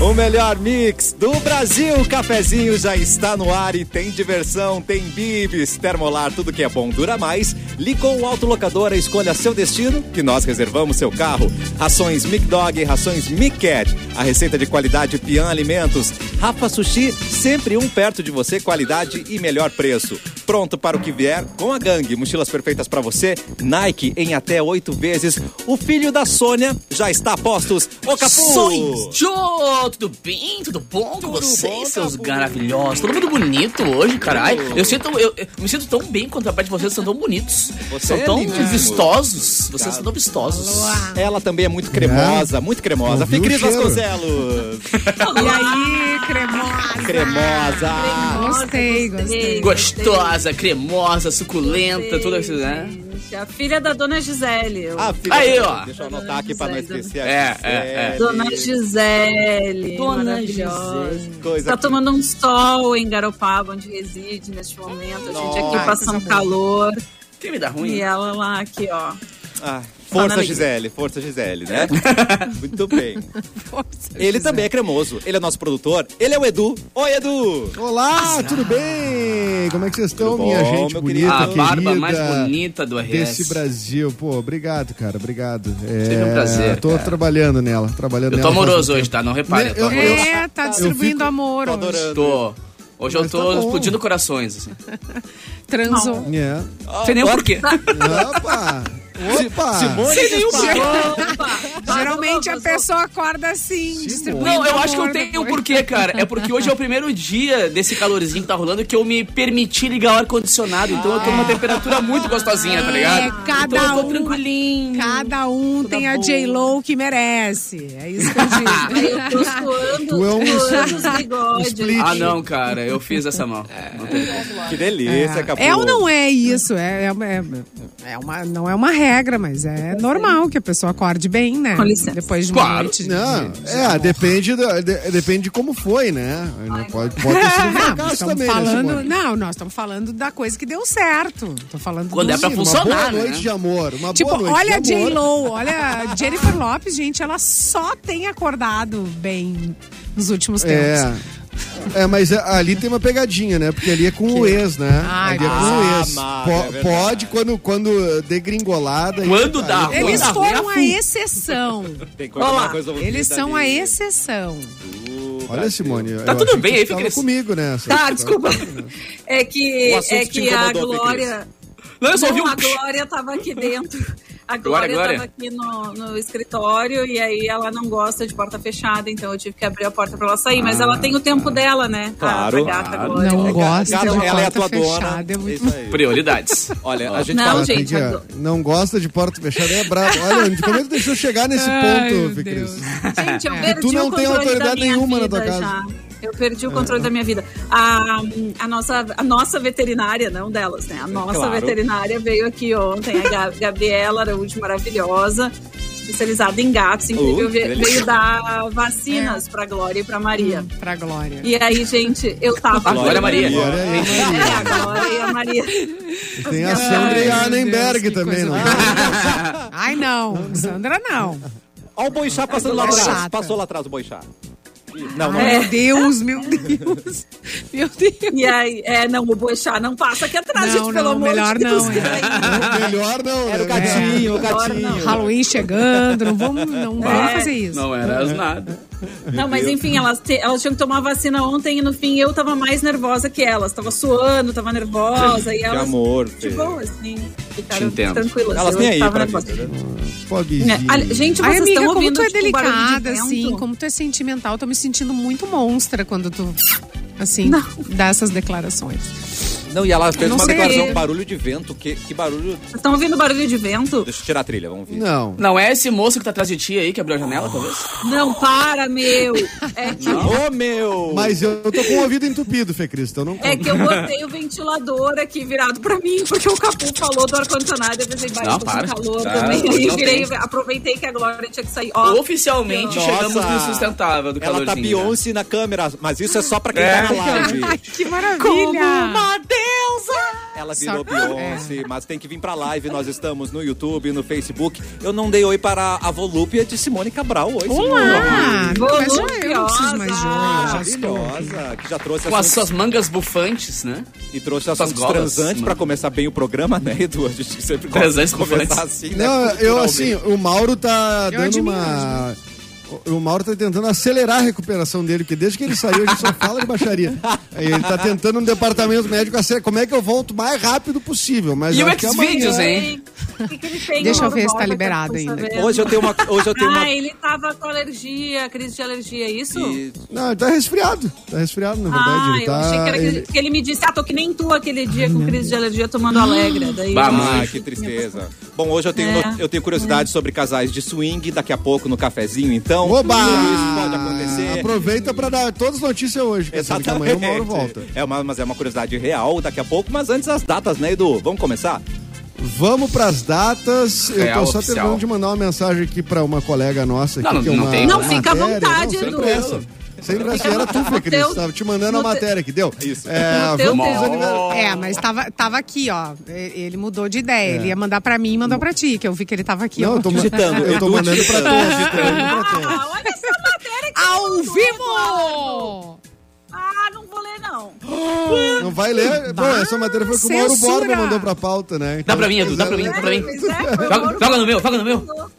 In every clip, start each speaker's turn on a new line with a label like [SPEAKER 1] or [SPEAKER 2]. [SPEAKER 1] O melhor mix do Brasil. O cafezinho já está no ar e tem diversão, tem bibis, termolar, tudo que é bom dura mais. Ligou o autolocador, escolha seu destino, que nós reservamos seu carro. Rações Mic Dog e rações Mic Cat. A receita de qualidade Pian Alimentos. Rafa Sushi, sempre um perto de você, qualidade e melhor preço. Pronto para o que vier com a gangue. Mochilas perfeitas para você. Nike em até oito vezes. O filho da Sônia já está a postos. Ô Capu!
[SPEAKER 2] Sou Jô! Tudo bem? Tudo bom com vocês,
[SPEAKER 1] bom,
[SPEAKER 2] seus
[SPEAKER 1] Capu?
[SPEAKER 2] maravilhosos? Todo mundo bonito hoje, caralho. Eu, sinto, eu, eu me sinto tão bem quanto a parte de vocês são tão bonitos.
[SPEAKER 1] Você
[SPEAKER 2] são
[SPEAKER 1] é
[SPEAKER 2] tão
[SPEAKER 1] lindíssimo.
[SPEAKER 2] vistosos. Vocês são tão vistosos.
[SPEAKER 1] Ela também é muito cremosa, muito cremosa.
[SPEAKER 3] Ouviu
[SPEAKER 1] Ficris
[SPEAKER 3] o cheiro?
[SPEAKER 1] Vasconcelos.
[SPEAKER 4] E aí, cremosa?
[SPEAKER 1] cremosa.
[SPEAKER 4] Gostei, gostei.
[SPEAKER 2] Gostosa, cremosa, suculenta, tudo isso, né?
[SPEAKER 5] Gente, A filha da dona Gisele. eu-
[SPEAKER 1] Ah, filha,
[SPEAKER 2] Aí, ó.
[SPEAKER 1] Deixa eu anotar aqui pra não esquecer. a
[SPEAKER 2] É,
[SPEAKER 1] Gisele.
[SPEAKER 2] é,
[SPEAKER 5] Dona Gisele.
[SPEAKER 2] Dona
[SPEAKER 5] maravilhosa.
[SPEAKER 1] Coisa
[SPEAKER 5] Tá
[SPEAKER 1] que-
[SPEAKER 5] tomando um sol em Garopaba, onde reside neste momento. A gente
[SPEAKER 1] Nossa.
[SPEAKER 5] aqui passando calor.
[SPEAKER 2] Quem me dá
[SPEAKER 5] E
[SPEAKER 2] ruim?
[SPEAKER 5] ela lá aqui, ó.
[SPEAKER 1] Ah,
[SPEAKER 5] na
[SPEAKER 1] força
[SPEAKER 5] lei.
[SPEAKER 1] Gisele, força Gisele, né? muito bem. Ele também é cremoso. Ele é nosso produtor. Ele é o Edu. Oi, Edu.
[SPEAKER 3] Olá, tudo bem? Como é que vocês estão,
[SPEAKER 1] Tudo
[SPEAKER 3] minha
[SPEAKER 1] bom,
[SPEAKER 3] gente
[SPEAKER 1] meu
[SPEAKER 3] bonita,
[SPEAKER 2] A
[SPEAKER 3] querida?
[SPEAKER 2] barba mais bonita do
[SPEAKER 3] Desse
[SPEAKER 2] RS.
[SPEAKER 3] Brasil, pô, obrigado, cara, obrigado. É,
[SPEAKER 2] Sempre um prazer,
[SPEAKER 3] Tô
[SPEAKER 2] cara.
[SPEAKER 3] trabalhando nela, trabalhando
[SPEAKER 2] Eu tô
[SPEAKER 3] nela. um
[SPEAKER 2] amoroso hoje, tá? Não repare. Eu tô
[SPEAKER 3] Eu-
[SPEAKER 2] amoroso.
[SPEAKER 4] É, tá distribuindo
[SPEAKER 3] fico-
[SPEAKER 4] amor.
[SPEAKER 1] Tô
[SPEAKER 4] hoje.
[SPEAKER 1] adorando.
[SPEAKER 2] Tô. Hoje eu
[SPEAKER 3] Mas
[SPEAKER 2] tô
[SPEAKER 3] tá bom.
[SPEAKER 2] explodindo corações, assim.
[SPEAKER 4] Transou.
[SPEAKER 3] É.
[SPEAKER 2] Não sei nem o porquê.
[SPEAKER 3] Opa! Opa!
[SPEAKER 1] Simone
[SPEAKER 2] Sem nenhum
[SPEAKER 1] Gaspar.
[SPEAKER 5] Opa!
[SPEAKER 4] Geralmente a
[SPEAKER 5] Vazou,
[SPEAKER 4] pessoa acorda assim, distribuindo
[SPEAKER 2] Não, eu acho que eu
[SPEAKER 4] amor
[SPEAKER 2] tenho um
[SPEAKER 4] depois.
[SPEAKER 2] porquê, cara. É porque hoje é o primeiro dia desse calorzinho que tá rolando que eu me permiti ligar o ar-condicionado. Então eu tô numa temperatura muito gostosinha, tá ligado?
[SPEAKER 4] É, cada
[SPEAKER 2] então eu tô
[SPEAKER 4] um-
[SPEAKER 2] tranquilinho.
[SPEAKER 4] Cada um tem a J-Lo que merece. É isso que eu digo.
[SPEAKER 5] vazou. Eu tô suando,
[SPEAKER 3] Tu é um-
[SPEAKER 5] suando os bigodes.
[SPEAKER 3] split.
[SPEAKER 2] Ah, não, cara. Eu fiz essa mão. Não tem como.
[SPEAKER 1] Que delícia, Capu.
[SPEAKER 4] É ou não é isso? É, é uma- é- é uma, não é uma regra, mas é normal que a pessoa acorde bem, né?
[SPEAKER 5] Com licença.
[SPEAKER 4] Depois de uma
[SPEAKER 2] Claro.
[SPEAKER 4] noite. de-
[SPEAKER 3] Não, é, depende, do, de, depende de como foi, né? Pode, pode ter
[SPEAKER 2] É
[SPEAKER 3] sido
[SPEAKER 4] Não,
[SPEAKER 3] um
[SPEAKER 4] nós
[SPEAKER 3] fracasso
[SPEAKER 4] Ah, estamos
[SPEAKER 3] também, né,
[SPEAKER 4] falando,
[SPEAKER 3] Simone?
[SPEAKER 4] não, nós estamos falando da coisa que deu certo. Tô falando
[SPEAKER 2] Quando
[SPEAKER 4] do
[SPEAKER 2] é pra
[SPEAKER 4] giro.
[SPEAKER 2] funcionar,
[SPEAKER 3] Uma boa
[SPEAKER 2] né?
[SPEAKER 3] noite de amor, uma
[SPEAKER 4] Tipo,
[SPEAKER 3] boa noite
[SPEAKER 4] olha a
[SPEAKER 3] de amor.
[SPEAKER 4] J-Lo, olha a Jennifer Lopes, gente, ela só tem acordado bem nos últimos
[SPEAKER 3] É.
[SPEAKER 4] tempos.
[SPEAKER 3] É, mas a- ali tem uma pegadinha, né? Porque ali é com o ex, né?
[SPEAKER 4] Ai,
[SPEAKER 3] ali é com
[SPEAKER 1] ah,
[SPEAKER 3] o ex.
[SPEAKER 1] mas,
[SPEAKER 3] Po-
[SPEAKER 1] é verdade.
[SPEAKER 3] pode, quando, quando degringolada. aí-
[SPEAKER 2] Quando dá
[SPEAKER 3] aí-
[SPEAKER 2] É.
[SPEAKER 4] Eles
[SPEAKER 2] Olha,
[SPEAKER 4] foram
[SPEAKER 2] olha,
[SPEAKER 4] a exceção.
[SPEAKER 1] Tem coisa,
[SPEAKER 2] Olha
[SPEAKER 1] uma
[SPEAKER 2] lá.
[SPEAKER 1] coisa ouvida
[SPEAKER 4] Eles são a
[SPEAKER 1] ali.
[SPEAKER 4] exceção.
[SPEAKER 1] Uh,
[SPEAKER 3] Olha, Simone.
[SPEAKER 2] Tá
[SPEAKER 3] eu
[SPEAKER 2] tudo
[SPEAKER 3] achei
[SPEAKER 2] bem
[SPEAKER 3] que
[SPEAKER 2] aí,
[SPEAKER 3] tu tava
[SPEAKER 2] Ficris.
[SPEAKER 3] comigo, né?
[SPEAKER 2] Tá, desculpa.
[SPEAKER 5] É
[SPEAKER 1] O
[SPEAKER 5] que,
[SPEAKER 1] assunto
[SPEAKER 5] é
[SPEAKER 1] te
[SPEAKER 5] que a
[SPEAKER 1] incomodou,
[SPEAKER 5] Glória.
[SPEAKER 2] Não, eu só ouvi
[SPEAKER 5] Não,
[SPEAKER 2] um...
[SPEAKER 5] a Glória tava aqui dentro. A
[SPEAKER 2] Glória, Glória.
[SPEAKER 5] Glória, tava aqui no, no escritório e aí ela não gosta de porta fechada, então eu tive que abrir a porta pra ela sair. Mas ela tem o tempo dela, né?
[SPEAKER 1] Claro.
[SPEAKER 5] A, a gata
[SPEAKER 2] Ah. Claro.
[SPEAKER 5] Glória.
[SPEAKER 4] Não
[SPEAKER 1] É,
[SPEAKER 4] gosta
[SPEAKER 1] gata,
[SPEAKER 4] de
[SPEAKER 1] ela é a tua
[SPEAKER 4] porta
[SPEAKER 1] dona.
[SPEAKER 4] fechada, é muito-
[SPEAKER 1] Isso aí.
[SPEAKER 2] Prioridades.
[SPEAKER 1] Olha, a gente
[SPEAKER 5] Não,
[SPEAKER 1] fala-
[SPEAKER 5] gente,
[SPEAKER 3] Aqui, ó,
[SPEAKER 5] adoro.
[SPEAKER 3] não gosta de porta fechada, é brabo. Olha, onde- como é que deixou chegar nesse
[SPEAKER 4] Ai,
[SPEAKER 3] ponto,
[SPEAKER 4] meu
[SPEAKER 3] Ficris?
[SPEAKER 4] Deus.
[SPEAKER 5] Gente, eu
[SPEAKER 4] É.
[SPEAKER 5] perdi
[SPEAKER 3] E tu não
[SPEAKER 5] o controle
[SPEAKER 3] tem autoridade
[SPEAKER 5] da minha
[SPEAKER 3] nenhuma na
[SPEAKER 5] vida
[SPEAKER 3] tua casa. É.
[SPEAKER 5] já. Eu perdi o controle da minha vida. A, a, nossa, a nossa veterinária, não delas, né? A nossa
[SPEAKER 1] Claro.
[SPEAKER 5] veterinária veio aqui ontem, a Ga- Gabriela Araújo, maravilhosa, especializada em gatos, inclusive
[SPEAKER 1] Uh, que
[SPEAKER 5] ve-
[SPEAKER 1] delícia.
[SPEAKER 5] veio dar vacinas
[SPEAKER 3] É.
[SPEAKER 5] pra Glória e pra
[SPEAKER 3] Hum.
[SPEAKER 5] Maria.
[SPEAKER 4] Pra Glória.
[SPEAKER 5] E aí, gente, eu tava.
[SPEAKER 2] A Glória Maria.
[SPEAKER 3] Olha aí,
[SPEAKER 5] É,
[SPEAKER 3] Maria.
[SPEAKER 5] a Glória e a Maria.
[SPEAKER 3] Tem a Sandra e a Annenberg também, não?
[SPEAKER 4] Ai, não. Sandra, não.
[SPEAKER 1] Olha o Boixá passando lá
[SPEAKER 4] Boixá.
[SPEAKER 1] atrás. Passou lá atrás o Boixá. Não, não.
[SPEAKER 4] Ai, Meu Deus, meu Deus. Meu Deus.
[SPEAKER 5] E aí, é, não, o Boixá não passa aqui atrás,
[SPEAKER 4] Não,
[SPEAKER 5] Tá, gente, pelo
[SPEAKER 4] não,
[SPEAKER 5] amor
[SPEAKER 4] melhor
[SPEAKER 5] de Deus.
[SPEAKER 4] não, é.
[SPEAKER 5] cara.
[SPEAKER 3] Melhor Ah, não,
[SPEAKER 1] Era o
[SPEAKER 3] né?
[SPEAKER 1] gatinho, o
[SPEAKER 5] Agora não.
[SPEAKER 1] gatinho.
[SPEAKER 4] Halloween chegando, não vamos, não vamos
[SPEAKER 5] É.
[SPEAKER 4] fazer isso.
[SPEAKER 2] Não era nada.
[SPEAKER 5] Não, mas enfim, elas, te- elas tinham que tomar a vacina ontem e no fim eu tava mais nervosa que elas. Tava suando, tava nervosa e
[SPEAKER 1] Que
[SPEAKER 5] elas.
[SPEAKER 1] amor, Fê.
[SPEAKER 5] De boa, assim,
[SPEAKER 2] Te
[SPEAKER 5] ficaram
[SPEAKER 2] entendo.
[SPEAKER 5] tranquilas.
[SPEAKER 1] Elas
[SPEAKER 5] Eu
[SPEAKER 1] nem aí
[SPEAKER 5] tava
[SPEAKER 1] pra
[SPEAKER 5] nervosa.
[SPEAKER 1] vida, né?
[SPEAKER 3] Pobrezinho.
[SPEAKER 5] É, ali- gente,
[SPEAKER 4] Ai,
[SPEAKER 5] vocês
[SPEAKER 4] amiga,
[SPEAKER 5] estão
[SPEAKER 4] como
[SPEAKER 5] ouvindo
[SPEAKER 4] tu é
[SPEAKER 5] tipo, barulho de
[SPEAKER 4] delicada,
[SPEAKER 5] vento?
[SPEAKER 4] assim, como tu é sentimental, tô me sentindo muito monstra quando tu, assim,
[SPEAKER 5] Não.
[SPEAKER 4] dá essas declarações.
[SPEAKER 1] Não, e ela fez
[SPEAKER 4] Não
[SPEAKER 1] uma
[SPEAKER 4] sei.
[SPEAKER 1] declaração, barulho de vento. Que, que barulho.
[SPEAKER 5] Vocês estão ouvindo barulho de vento?
[SPEAKER 1] Deixa eu tirar a trilha, vamos ver.
[SPEAKER 3] Não.
[SPEAKER 2] Não é esse moço que tá atrás de ti aí, que abriu a janela, talvez?
[SPEAKER 5] Não, para, meu! É que,
[SPEAKER 1] Ô, meu!
[SPEAKER 3] Mas eu, eu tô com o ouvido entupido, Fê Cris, então não
[SPEAKER 5] é
[SPEAKER 3] conta.
[SPEAKER 5] que eu botei o ventilador aqui virado pra mim, porque o Capu falou do ar-condicionado. Eu pensei, vai,
[SPEAKER 2] Não,
[SPEAKER 5] eu tô com
[SPEAKER 2] para.
[SPEAKER 5] calor
[SPEAKER 2] Tá,
[SPEAKER 5] também.
[SPEAKER 2] não
[SPEAKER 5] Aí
[SPEAKER 2] tem.
[SPEAKER 5] virei, aproveitei que a Glória tinha que sair. Ó,
[SPEAKER 2] Oficialmente
[SPEAKER 1] Nossa.
[SPEAKER 2] chegamos no sustentável do
[SPEAKER 1] Ela
[SPEAKER 2] calorzinho.
[SPEAKER 1] tá
[SPEAKER 2] né?
[SPEAKER 1] Beyoncé na câmera, mas isso é só pra quem
[SPEAKER 2] É.
[SPEAKER 1] tá na live.
[SPEAKER 4] Que maravilha!
[SPEAKER 1] Ela Ela virou
[SPEAKER 4] Só-
[SPEAKER 1] Beyoncé, mas tem que vir pra live. Nós estamos no YouTube, no Facebook. Eu não dei oi para a volúpia de Simone Cabral. Oi,
[SPEAKER 5] Simone.
[SPEAKER 4] Olá! Mas já eu não preciso mais de hoje, já
[SPEAKER 1] Simone.
[SPEAKER 4] estou.
[SPEAKER 1] Maravilhosa, que já trouxe
[SPEAKER 2] Com as
[SPEAKER 1] assuntos,
[SPEAKER 2] suas mangas bufantes, né?
[SPEAKER 1] e trouxe
[SPEAKER 2] suas
[SPEAKER 1] assuntos
[SPEAKER 2] golas,
[SPEAKER 1] transantes
[SPEAKER 2] mano.
[SPEAKER 1] pra começar bem o programa, né, Edu? A gente sempre gosta de
[SPEAKER 2] Transantes, bufantes.
[SPEAKER 1] começar assim, né?
[SPEAKER 3] Não, eu
[SPEAKER 1] culturalmente.
[SPEAKER 3] assim, o Mauro tá
[SPEAKER 4] Eu
[SPEAKER 3] dando
[SPEAKER 4] admiro,
[SPEAKER 3] uma. O Mauro tá tentando acelerar a recuperação dele, porque desde que ele saiu a gente só fala de baixaria. Aí Ele tá tentando no departamento médico acelerar. Como é que eu volto o mais rápido possível? Mas
[SPEAKER 2] E
[SPEAKER 3] eu
[SPEAKER 2] o
[SPEAKER 3] acho que é amanhã-
[SPEAKER 2] Xvideos, hein?
[SPEAKER 5] O que que ele tem,
[SPEAKER 4] Deixa eu
[SPEAKER 5] Mauro
[SPEAKER 4] ver se tá
[SPEAKER 5] Borba, que
[SPEAKER 4] liberado
[SPEAKER 5] eu tô
[SPEAKER 4] ainda.
[SPEAKER 5] sabendo?
[SPEAKER 1] É, Hoje eu tenho uma. Hoje eu tenho uma...
[SPEAKER 5] Ah, ele tava com alergia, crise de alergia, é isso?
[SPEAKER 1] e-
[SPEAKER 3] Não, ele tá resfriado. Tá resfriado, na verdade.
[SPEAKER 5] Ah,
[SPEAKER 3] ele
[SPEAKER 5] eu
[SPEAKER 3] tá.
[SPEAKER 5] achei que era
[SPEAKER 3] ele-
[SPEAKER 5] aquele- que ele me disse, ah, tô que nem tu aquele dia com crise de alergia tomando Alegra. Daí,
[SPEAKER 2] Bah,
[SPEAKER 5] eu-
[SPEAKER 1] Ah,
[SPEAKER 2] Manjo.
[SPEAKER 1] que tristeza. Bom, hoje eu tenho,
[SPEAKER 5] É.
[SPEAKER 1] no- eu tenho curiosidade sobre casais de swing, daqui a pouco no cafezinho, então.
[SPEAKER 3] Oba!
[SPEAKER 1] Tudo isso pode acontecer.
[SPEAKER 3] Aproveita pra dar todas as notícias hoje. porque sabe que Amanhã o Mauro volta.
[SPEAKER 1] É uma, mas é uma curiosidade real daqui a pouco, mas antes as datas, né, Edu? Vamos começar?
[SPEAKER 3] Vamos pras datas. eu
[SPEAKER 2] Real
[SPEAKER 3] tô só
[SPEAKER 2] oficial.
[SPEAKER 3] tentando de mandar uma mensagem aqui pra uma colega nossa. Aqui,
[SPEAKER 2] Não, não-
[SPEAKER 3] que é
[SPEAKER 2] não
[SPEAKER 3] uma
[SPEAKER 2] tem-
[SPEAKER 5] Não, fica à
[SPEAKER 3] matéria.
[SPEAKER 5] vontade,
[SPEAKER 3] sem
[SPEAKER 5] Edu.
[SPEAKER 3] pressa. Sem pressa. é Era tu, Fê,
[SPEAKER 5] No
[SPEAKER 3] Cris.
[SPEAKER 5] teu-
[SPEAKER 3] Tava te mandando a
[SPEAKER 5] no te-
[SPEAKER 3] matéria que deu.
[SPEAKER 1] Isso.
[SPEAKER 3] É,
[SPEAKER 5] No teu
[SPEAKER 3] vamos
[SPEAKER 5] tempo.
[SPEAKER 3] aos aniversários.
[SPEAKER 4] É, mas tava, tava aqui, ó. E- Ele mudou de ideia. Ele ia mandar pra mim e mandou pra ti, que eu vi que ele tava aqui.
[SPEAKER 3] Não,
[SPEAKER 4] ó.
[SPEAKER 3] eu tô,
[SPEAKER 1] Digitando,
[SPEAKER 3] eu tô
[SPEAKER 1] Edu
[SPEAKER 3] mandando pra tu.
[SPEAKER 1] digitando.
[SPEAKER 3] mandando pra tu.
[SPEAKER 5] Ah, olha essa matéria que
[SPEAKER 4] Ao
[SPEAKER 5] mandou, Eduardo.
[SPEAKER 4] vivo!
[SPEAKER 5] Ah, não vou ler, não.
[SPEAKER 3] Não vai ler. Bom, essa matéria foi que o Mauro
[SPEAKER 4] Censura.
[SPEAKER 3] Borba mandou pra pauta, né?
[SPEAKER 2] Dá
[SPEAKER 3] Então,
[SPEAKER 2] pra mim, Edu, dá
[SPEAKER 3] se
[SPEAKER 2] pra mim, dá
[SPEAKER 3] quiser ler-
[SPEAKER 2] pra mim.
[SPEAKER 5] Pois é, foi o
[SPEAKER 2] Joga,
[SPEAKER 5] Mauro
[SPEAKER 2] joga no meu, joga no meu.
[SPEAKER 5] Borba.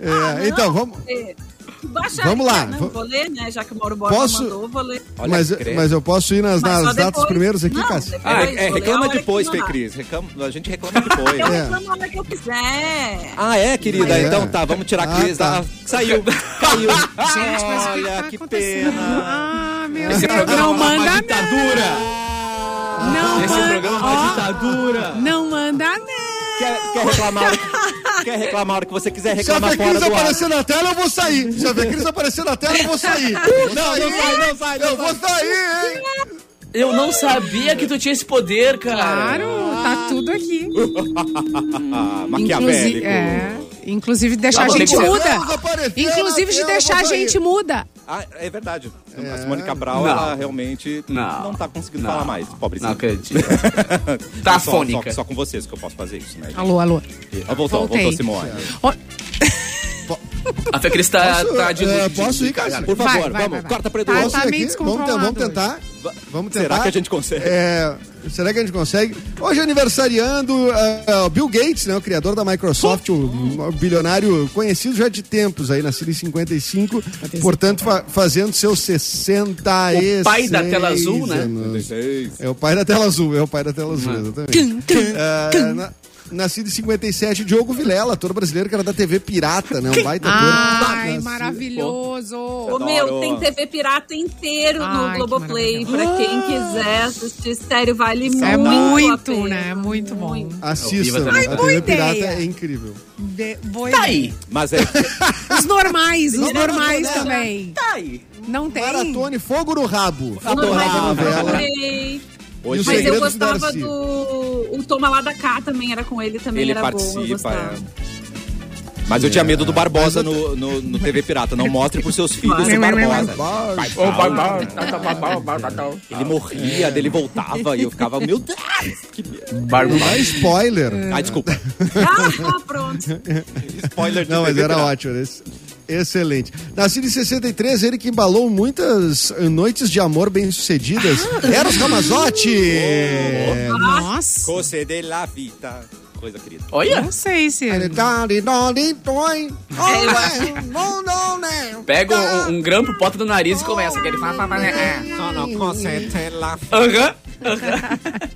[SPEAKER 3] É, então, vamos.
[SPEAKER 5] É. Baixa
[SPEAKER 3] Vamos
[SPEAKER 5] aí,
[SPEAKER 3] lá,
[SPEAKER 5] Não,
[SPEAKER 3] vamos-
[SPEAKER 5] vou ler, né? Já que o Mauro Borba
[SPEAKER 3] Posso-
[SPEAKER 5] mandou, vou ler.
[SPEAKER 1] Olha,
[SPEAKER 3] Mas,
[SPEAKER 1] credo.
[SPEAKER 3] mas eu posso ir nas,
[SPEAKER 5] Mas
[SPEAKER 3] nas
[SPEAKER 5] só
[SPEAKER 3] datas
[SPEAKER 5] depois.
[SPEAKER 3] primeiras aqui,
[SPEAKER 5] Não,
[SPEAKER 3] Cássio?
[SPEAKER 1] Ah,
[SPEAKER 5] Depois,
[SPEAKER 1] é,
[SPEAKER 5] vou
[SPEAKER 1] reclama
[SPEAKER 5] ler a hora
[SPEAKER 1] depois,
[SPEAKER 5] que
[SPEAKER 1] Fê
[SPEAKER 5] mandar.
[SPEAKER 1] Cris. Reclama- a gente reclama depois.
[SPEAKER 5] Eu
[SPEAKER 3] É.
[SPEAKER 5] reclamo a hora que eu quiser.
[SPEAKER 1] Ah, é, querida?
[SPEAKER 3] É.
[SPEAKER 1] Então tá, vamos tirar a
[SPEAKER 3] Ah,
[SPEAKER 1] Cris
[SPEAKER 3] tá.
[SPEAKER 1] da. Saiu, caiu.
[SPEAKER 4] Gente, mas o que,
[SPEAKER 1] Olha,
[SPEAKER 4] que
[SPEAKER 1] que
[SPEAKER 4] tá acontecendo?
[SPEAKER 1] pena.
[SPEAKER 4] Ah, meu
[SPEAKER 2] Esse
[SPEAKER 4] Deus,
[SPEAKER 2] programa
[SPEAKER 4] não
[SPEAKER 2] é uma
[SPEAKER 4] manda
[SPEAKER 2] ditadura.
[SPEAKER 4] não. Não
[SPEAKER 2] Esse
[SPEAKER 4] manda.
[SPEAKER 2] programa é
[SPEAKER 4] ó,
[SPEAKER 2] uma ditadura.
[SPEAKER 4] não manda não.
[SPEAKER 1] Quer, quer reclamar a hora que, quer reclamar a hora que você quiser
[SPEAKER 3] Se a
[SPEAKER 1] reclamar
[SPEAKER 3] Fê
[SPEAKER 1] fora
[SPEAKER 3] Cris
[SPEAKER 1] do ar.
[SPEAKER 3] aparecer na tela, eu vou sair. Se a Fê Cris aparecer na tela, eu vou sair. Vou
[SPEAKER 1] Não,
[SPEAKER 3] sair.
[SPEAKER 1] não sai, não sai, não
[SPEAKER 3] Eu
[SPEAKER 1] sai.
[SPEAKER 3] vou sair, hein?
[SPEAKER 2] Eu não sabia que tu tinha esse poder, cara.
[SPEAKER 4] Claro, tá tudo aqui.
[SPEAKER 1] Ah,
[SPEAKER 4] Inclusive,
[SPEAKER 1] maquiavélico.
[SPEAKER 4] é, inclusive deixar a
[SPEAKER 2] Calma,
[SPEAKER 4] gente
[SPEAKER 2] tem que-
[SPEAKER 3] Vamos
[SPEAKER 4] muda.
[SPEAKER 3] aparecer
[SPEAKER 4] Inclusive
[SPEAKER 3] na
[SPEAKER 4] de
[SPEAKER 3] tela,
[SPEAKER 4] deixar a
[SPEAKER 3] vamos aí.
[SPEAKER 4] gente muda.
[SPEAKER 1] Ah, é verdade. A Simone Cabral,
[SPEAKER 2] Não.
[SPEAKER 1] ela realmente não,
[SPEAKER 2] Não.
[SPEAKER 1] tá conseguindo
[SPEAKER 2] Não.
[SPEAKER 1] falar mais,
[SPEAKER 2] Não
[SPEAKER 1] pobrezinha.
[SPEAKER 2] acredito.
[SPEAKER 1] Só-
[SPEAKER 2] Tá
[SPEAKER 1] só-
[SPEAKER 2] fônica.
[SPEAKER 1] Só, com vocês que eu posso fazer isso, né? gente?
[SPEAKER 4] Alô, alô.
[SPEAKER 1] Ah, voltou,
[SPEAKER 4] Voltei.
[SPEAKER 1] voltou, Simone.
[SPEAKER 4] Ó,
[SPEAKER 2] A Fê Cris tá,
[SPEAKER 3] Posso,
[SPEAKER 2] tá de,
[SPEAKER 3] é,
[SPEAKER 2] de-
[SPEAKER 3] posso
[SPEAKER 2] de-
[SPEAKER 3] ir, Cássio?
[SPEAKER 1] Por
[SPEAKER 4] Vai,
[SPEAKER 1] favor,
[SPEAKER 4] vai,
[SPEAKER 1] vamos,
[SPEAKER 4] vai, vai.
[SPEAKER 1] corta pra Edu.
[SPEAKER 4] Tá,
[SPEAKER 3] Posso
[SPEAKER 4] tá
[SPEAKER 3] ir
[SPEAKER 4] meio
[SPEAKER 3] aqui? vamos,
[SPEAKER 4] descontrolado
[SPEAKER 3] vamos tentar.
[SPEAKER 1] Va-
[SPEAKER 3] Vamos tentar.
[SPEAKER 1] Será que a gente consegue?
[SPEAKER 3] É, será que a gente consegue? Hoje aniversariando é, é, o Bill Gates, né, o criador da Microsoft, o, um bilionário conhecido já de tempos aí, nascido em 55, portanto fa- fazendo seus 60
[SPEAKER 2] O pai da tela azul, né?
[SPEAKER 3] É o pai da tela azul, é o pai da tela azul, exatamente. É, na- nascido em 57, Diogo Vilela, ator brasileiro que era da TV Pirata, né, um baita ator.
[SPEAKER 4] Ai,
[SPEAKER 3] Nascido-
[SPEAKER 4] maravilhoso.
[SPEAKER 5] Ô,
[SPEAKER 1] Adoro.
[SPEAKER 5] meu, tem TV pirata inteiro
[SPEAKER 4] Ai, que
[SPEAKER 5] no Globoplay. Pra
[SPEAKER 3] Ah.
[SPEAKER 5] quem quiser assistir, sério, vale muito.
[SPEAKER 4] É
[SPEAKER 5] a
[SPEAKER 4] muito,
[SPEAKER 5] pena.
[SPEAKER 4] né? Muito bom.
[SPEAKER 2] Eu
[SPEAKER 3] Assistam,
[SPEAKER 2] vi, mas
[SPEAKER 3] né? a
[SPEAKER 2] É também.
[SPEAKER 4] Ai,
[SPEAKER 3] TV
[SPEAKER 4] boa
[SPEAKER 3] Pirata
[SPEAKER 4] ideia.
[SPEAKER 3] é incrível.
[SPEAKER 4] De- boa
[SPEAKER 2] Tá
[SPEAKER 4] ideia.
[SPEAKER 2] aí.
[SPEAKER 1] Mas é.
[SPEAKER 4] Os normais, os normais
[SPEAKER 1] não, não.
[SPEAKER 4] também.
[SPEAKER 2] Tá aí.
[SPEAKER 4] Não tem?
[SPEAKER 3] Maratone Fogo no Rabo.
[SPEAKER 1] Adorava.
[SPEAKER 5] Adorava.
[SPEAKER 3] novela.
[SPEAKER 5] Adorei.
[SPEAKER 1] Hoje
[SPEAKER 5] Mas eu
[SPEAKER 3] Segredos
[SPEAKER 5] gostava
[SPEAKER 3] Darcy.
[SPEAKER 5] do. O Toma lá da cá também era com ele, também
[SPEAKER 1] ele
[SPEAKER 5] era bom. eu
[SPEAKER 1] participa.
[SPEAKER 5] gostava.
[SPEAKER 1] é. Mas eu tinha medo do Barbosa no, no, no TV Pirata. Não mostre pros seus filhos o Barbosa. tá, Ele morria, dele voltava e eu ficava, meu Deus, que medo.
[SPEAKER 3] Não dá Tá spoiler.
[SPEAKER 1] Ah, desculpa.
[SPEAKER 5] Ah, pronto.
[SPEAKER 1] Spoiler de
[SPEAKER 3] Não, mas
[SPEAKER 1] TV
[SPEAKER 3] era
[SPEAKER 1] pirata.
[SPEAKER 3] ótimo. esse- Excelente. Nascido em 63, ele que embalou muitas eh, noites de amor bem-sucedidas.
[SPEAKER 1] Ah.
[SPEAKER 3] Eros Ramazotti!
[SPEAKER 1] Oh.
[SPEAKER 4] Nossa.
[SPEAKER 1] Você de la vida. Coisa querida.
[SPEAKER 2] Olha,
[SPEAKER 4] Não sei se.
[SPEAKER 2] tá.
[SPEAKER 3] tá
[SPEAKER 1] É,
[SPEAKER 3] né?
[SPEAKER 2] pega
[SPEAKER 5] Tá.
[SPEAKER 2] um, um grampo, bota no nariz e começa. Aquele... fa- fa- fa- é.
[SPEAKER 1] Só não consente la
[SPEAKER 2] Aham.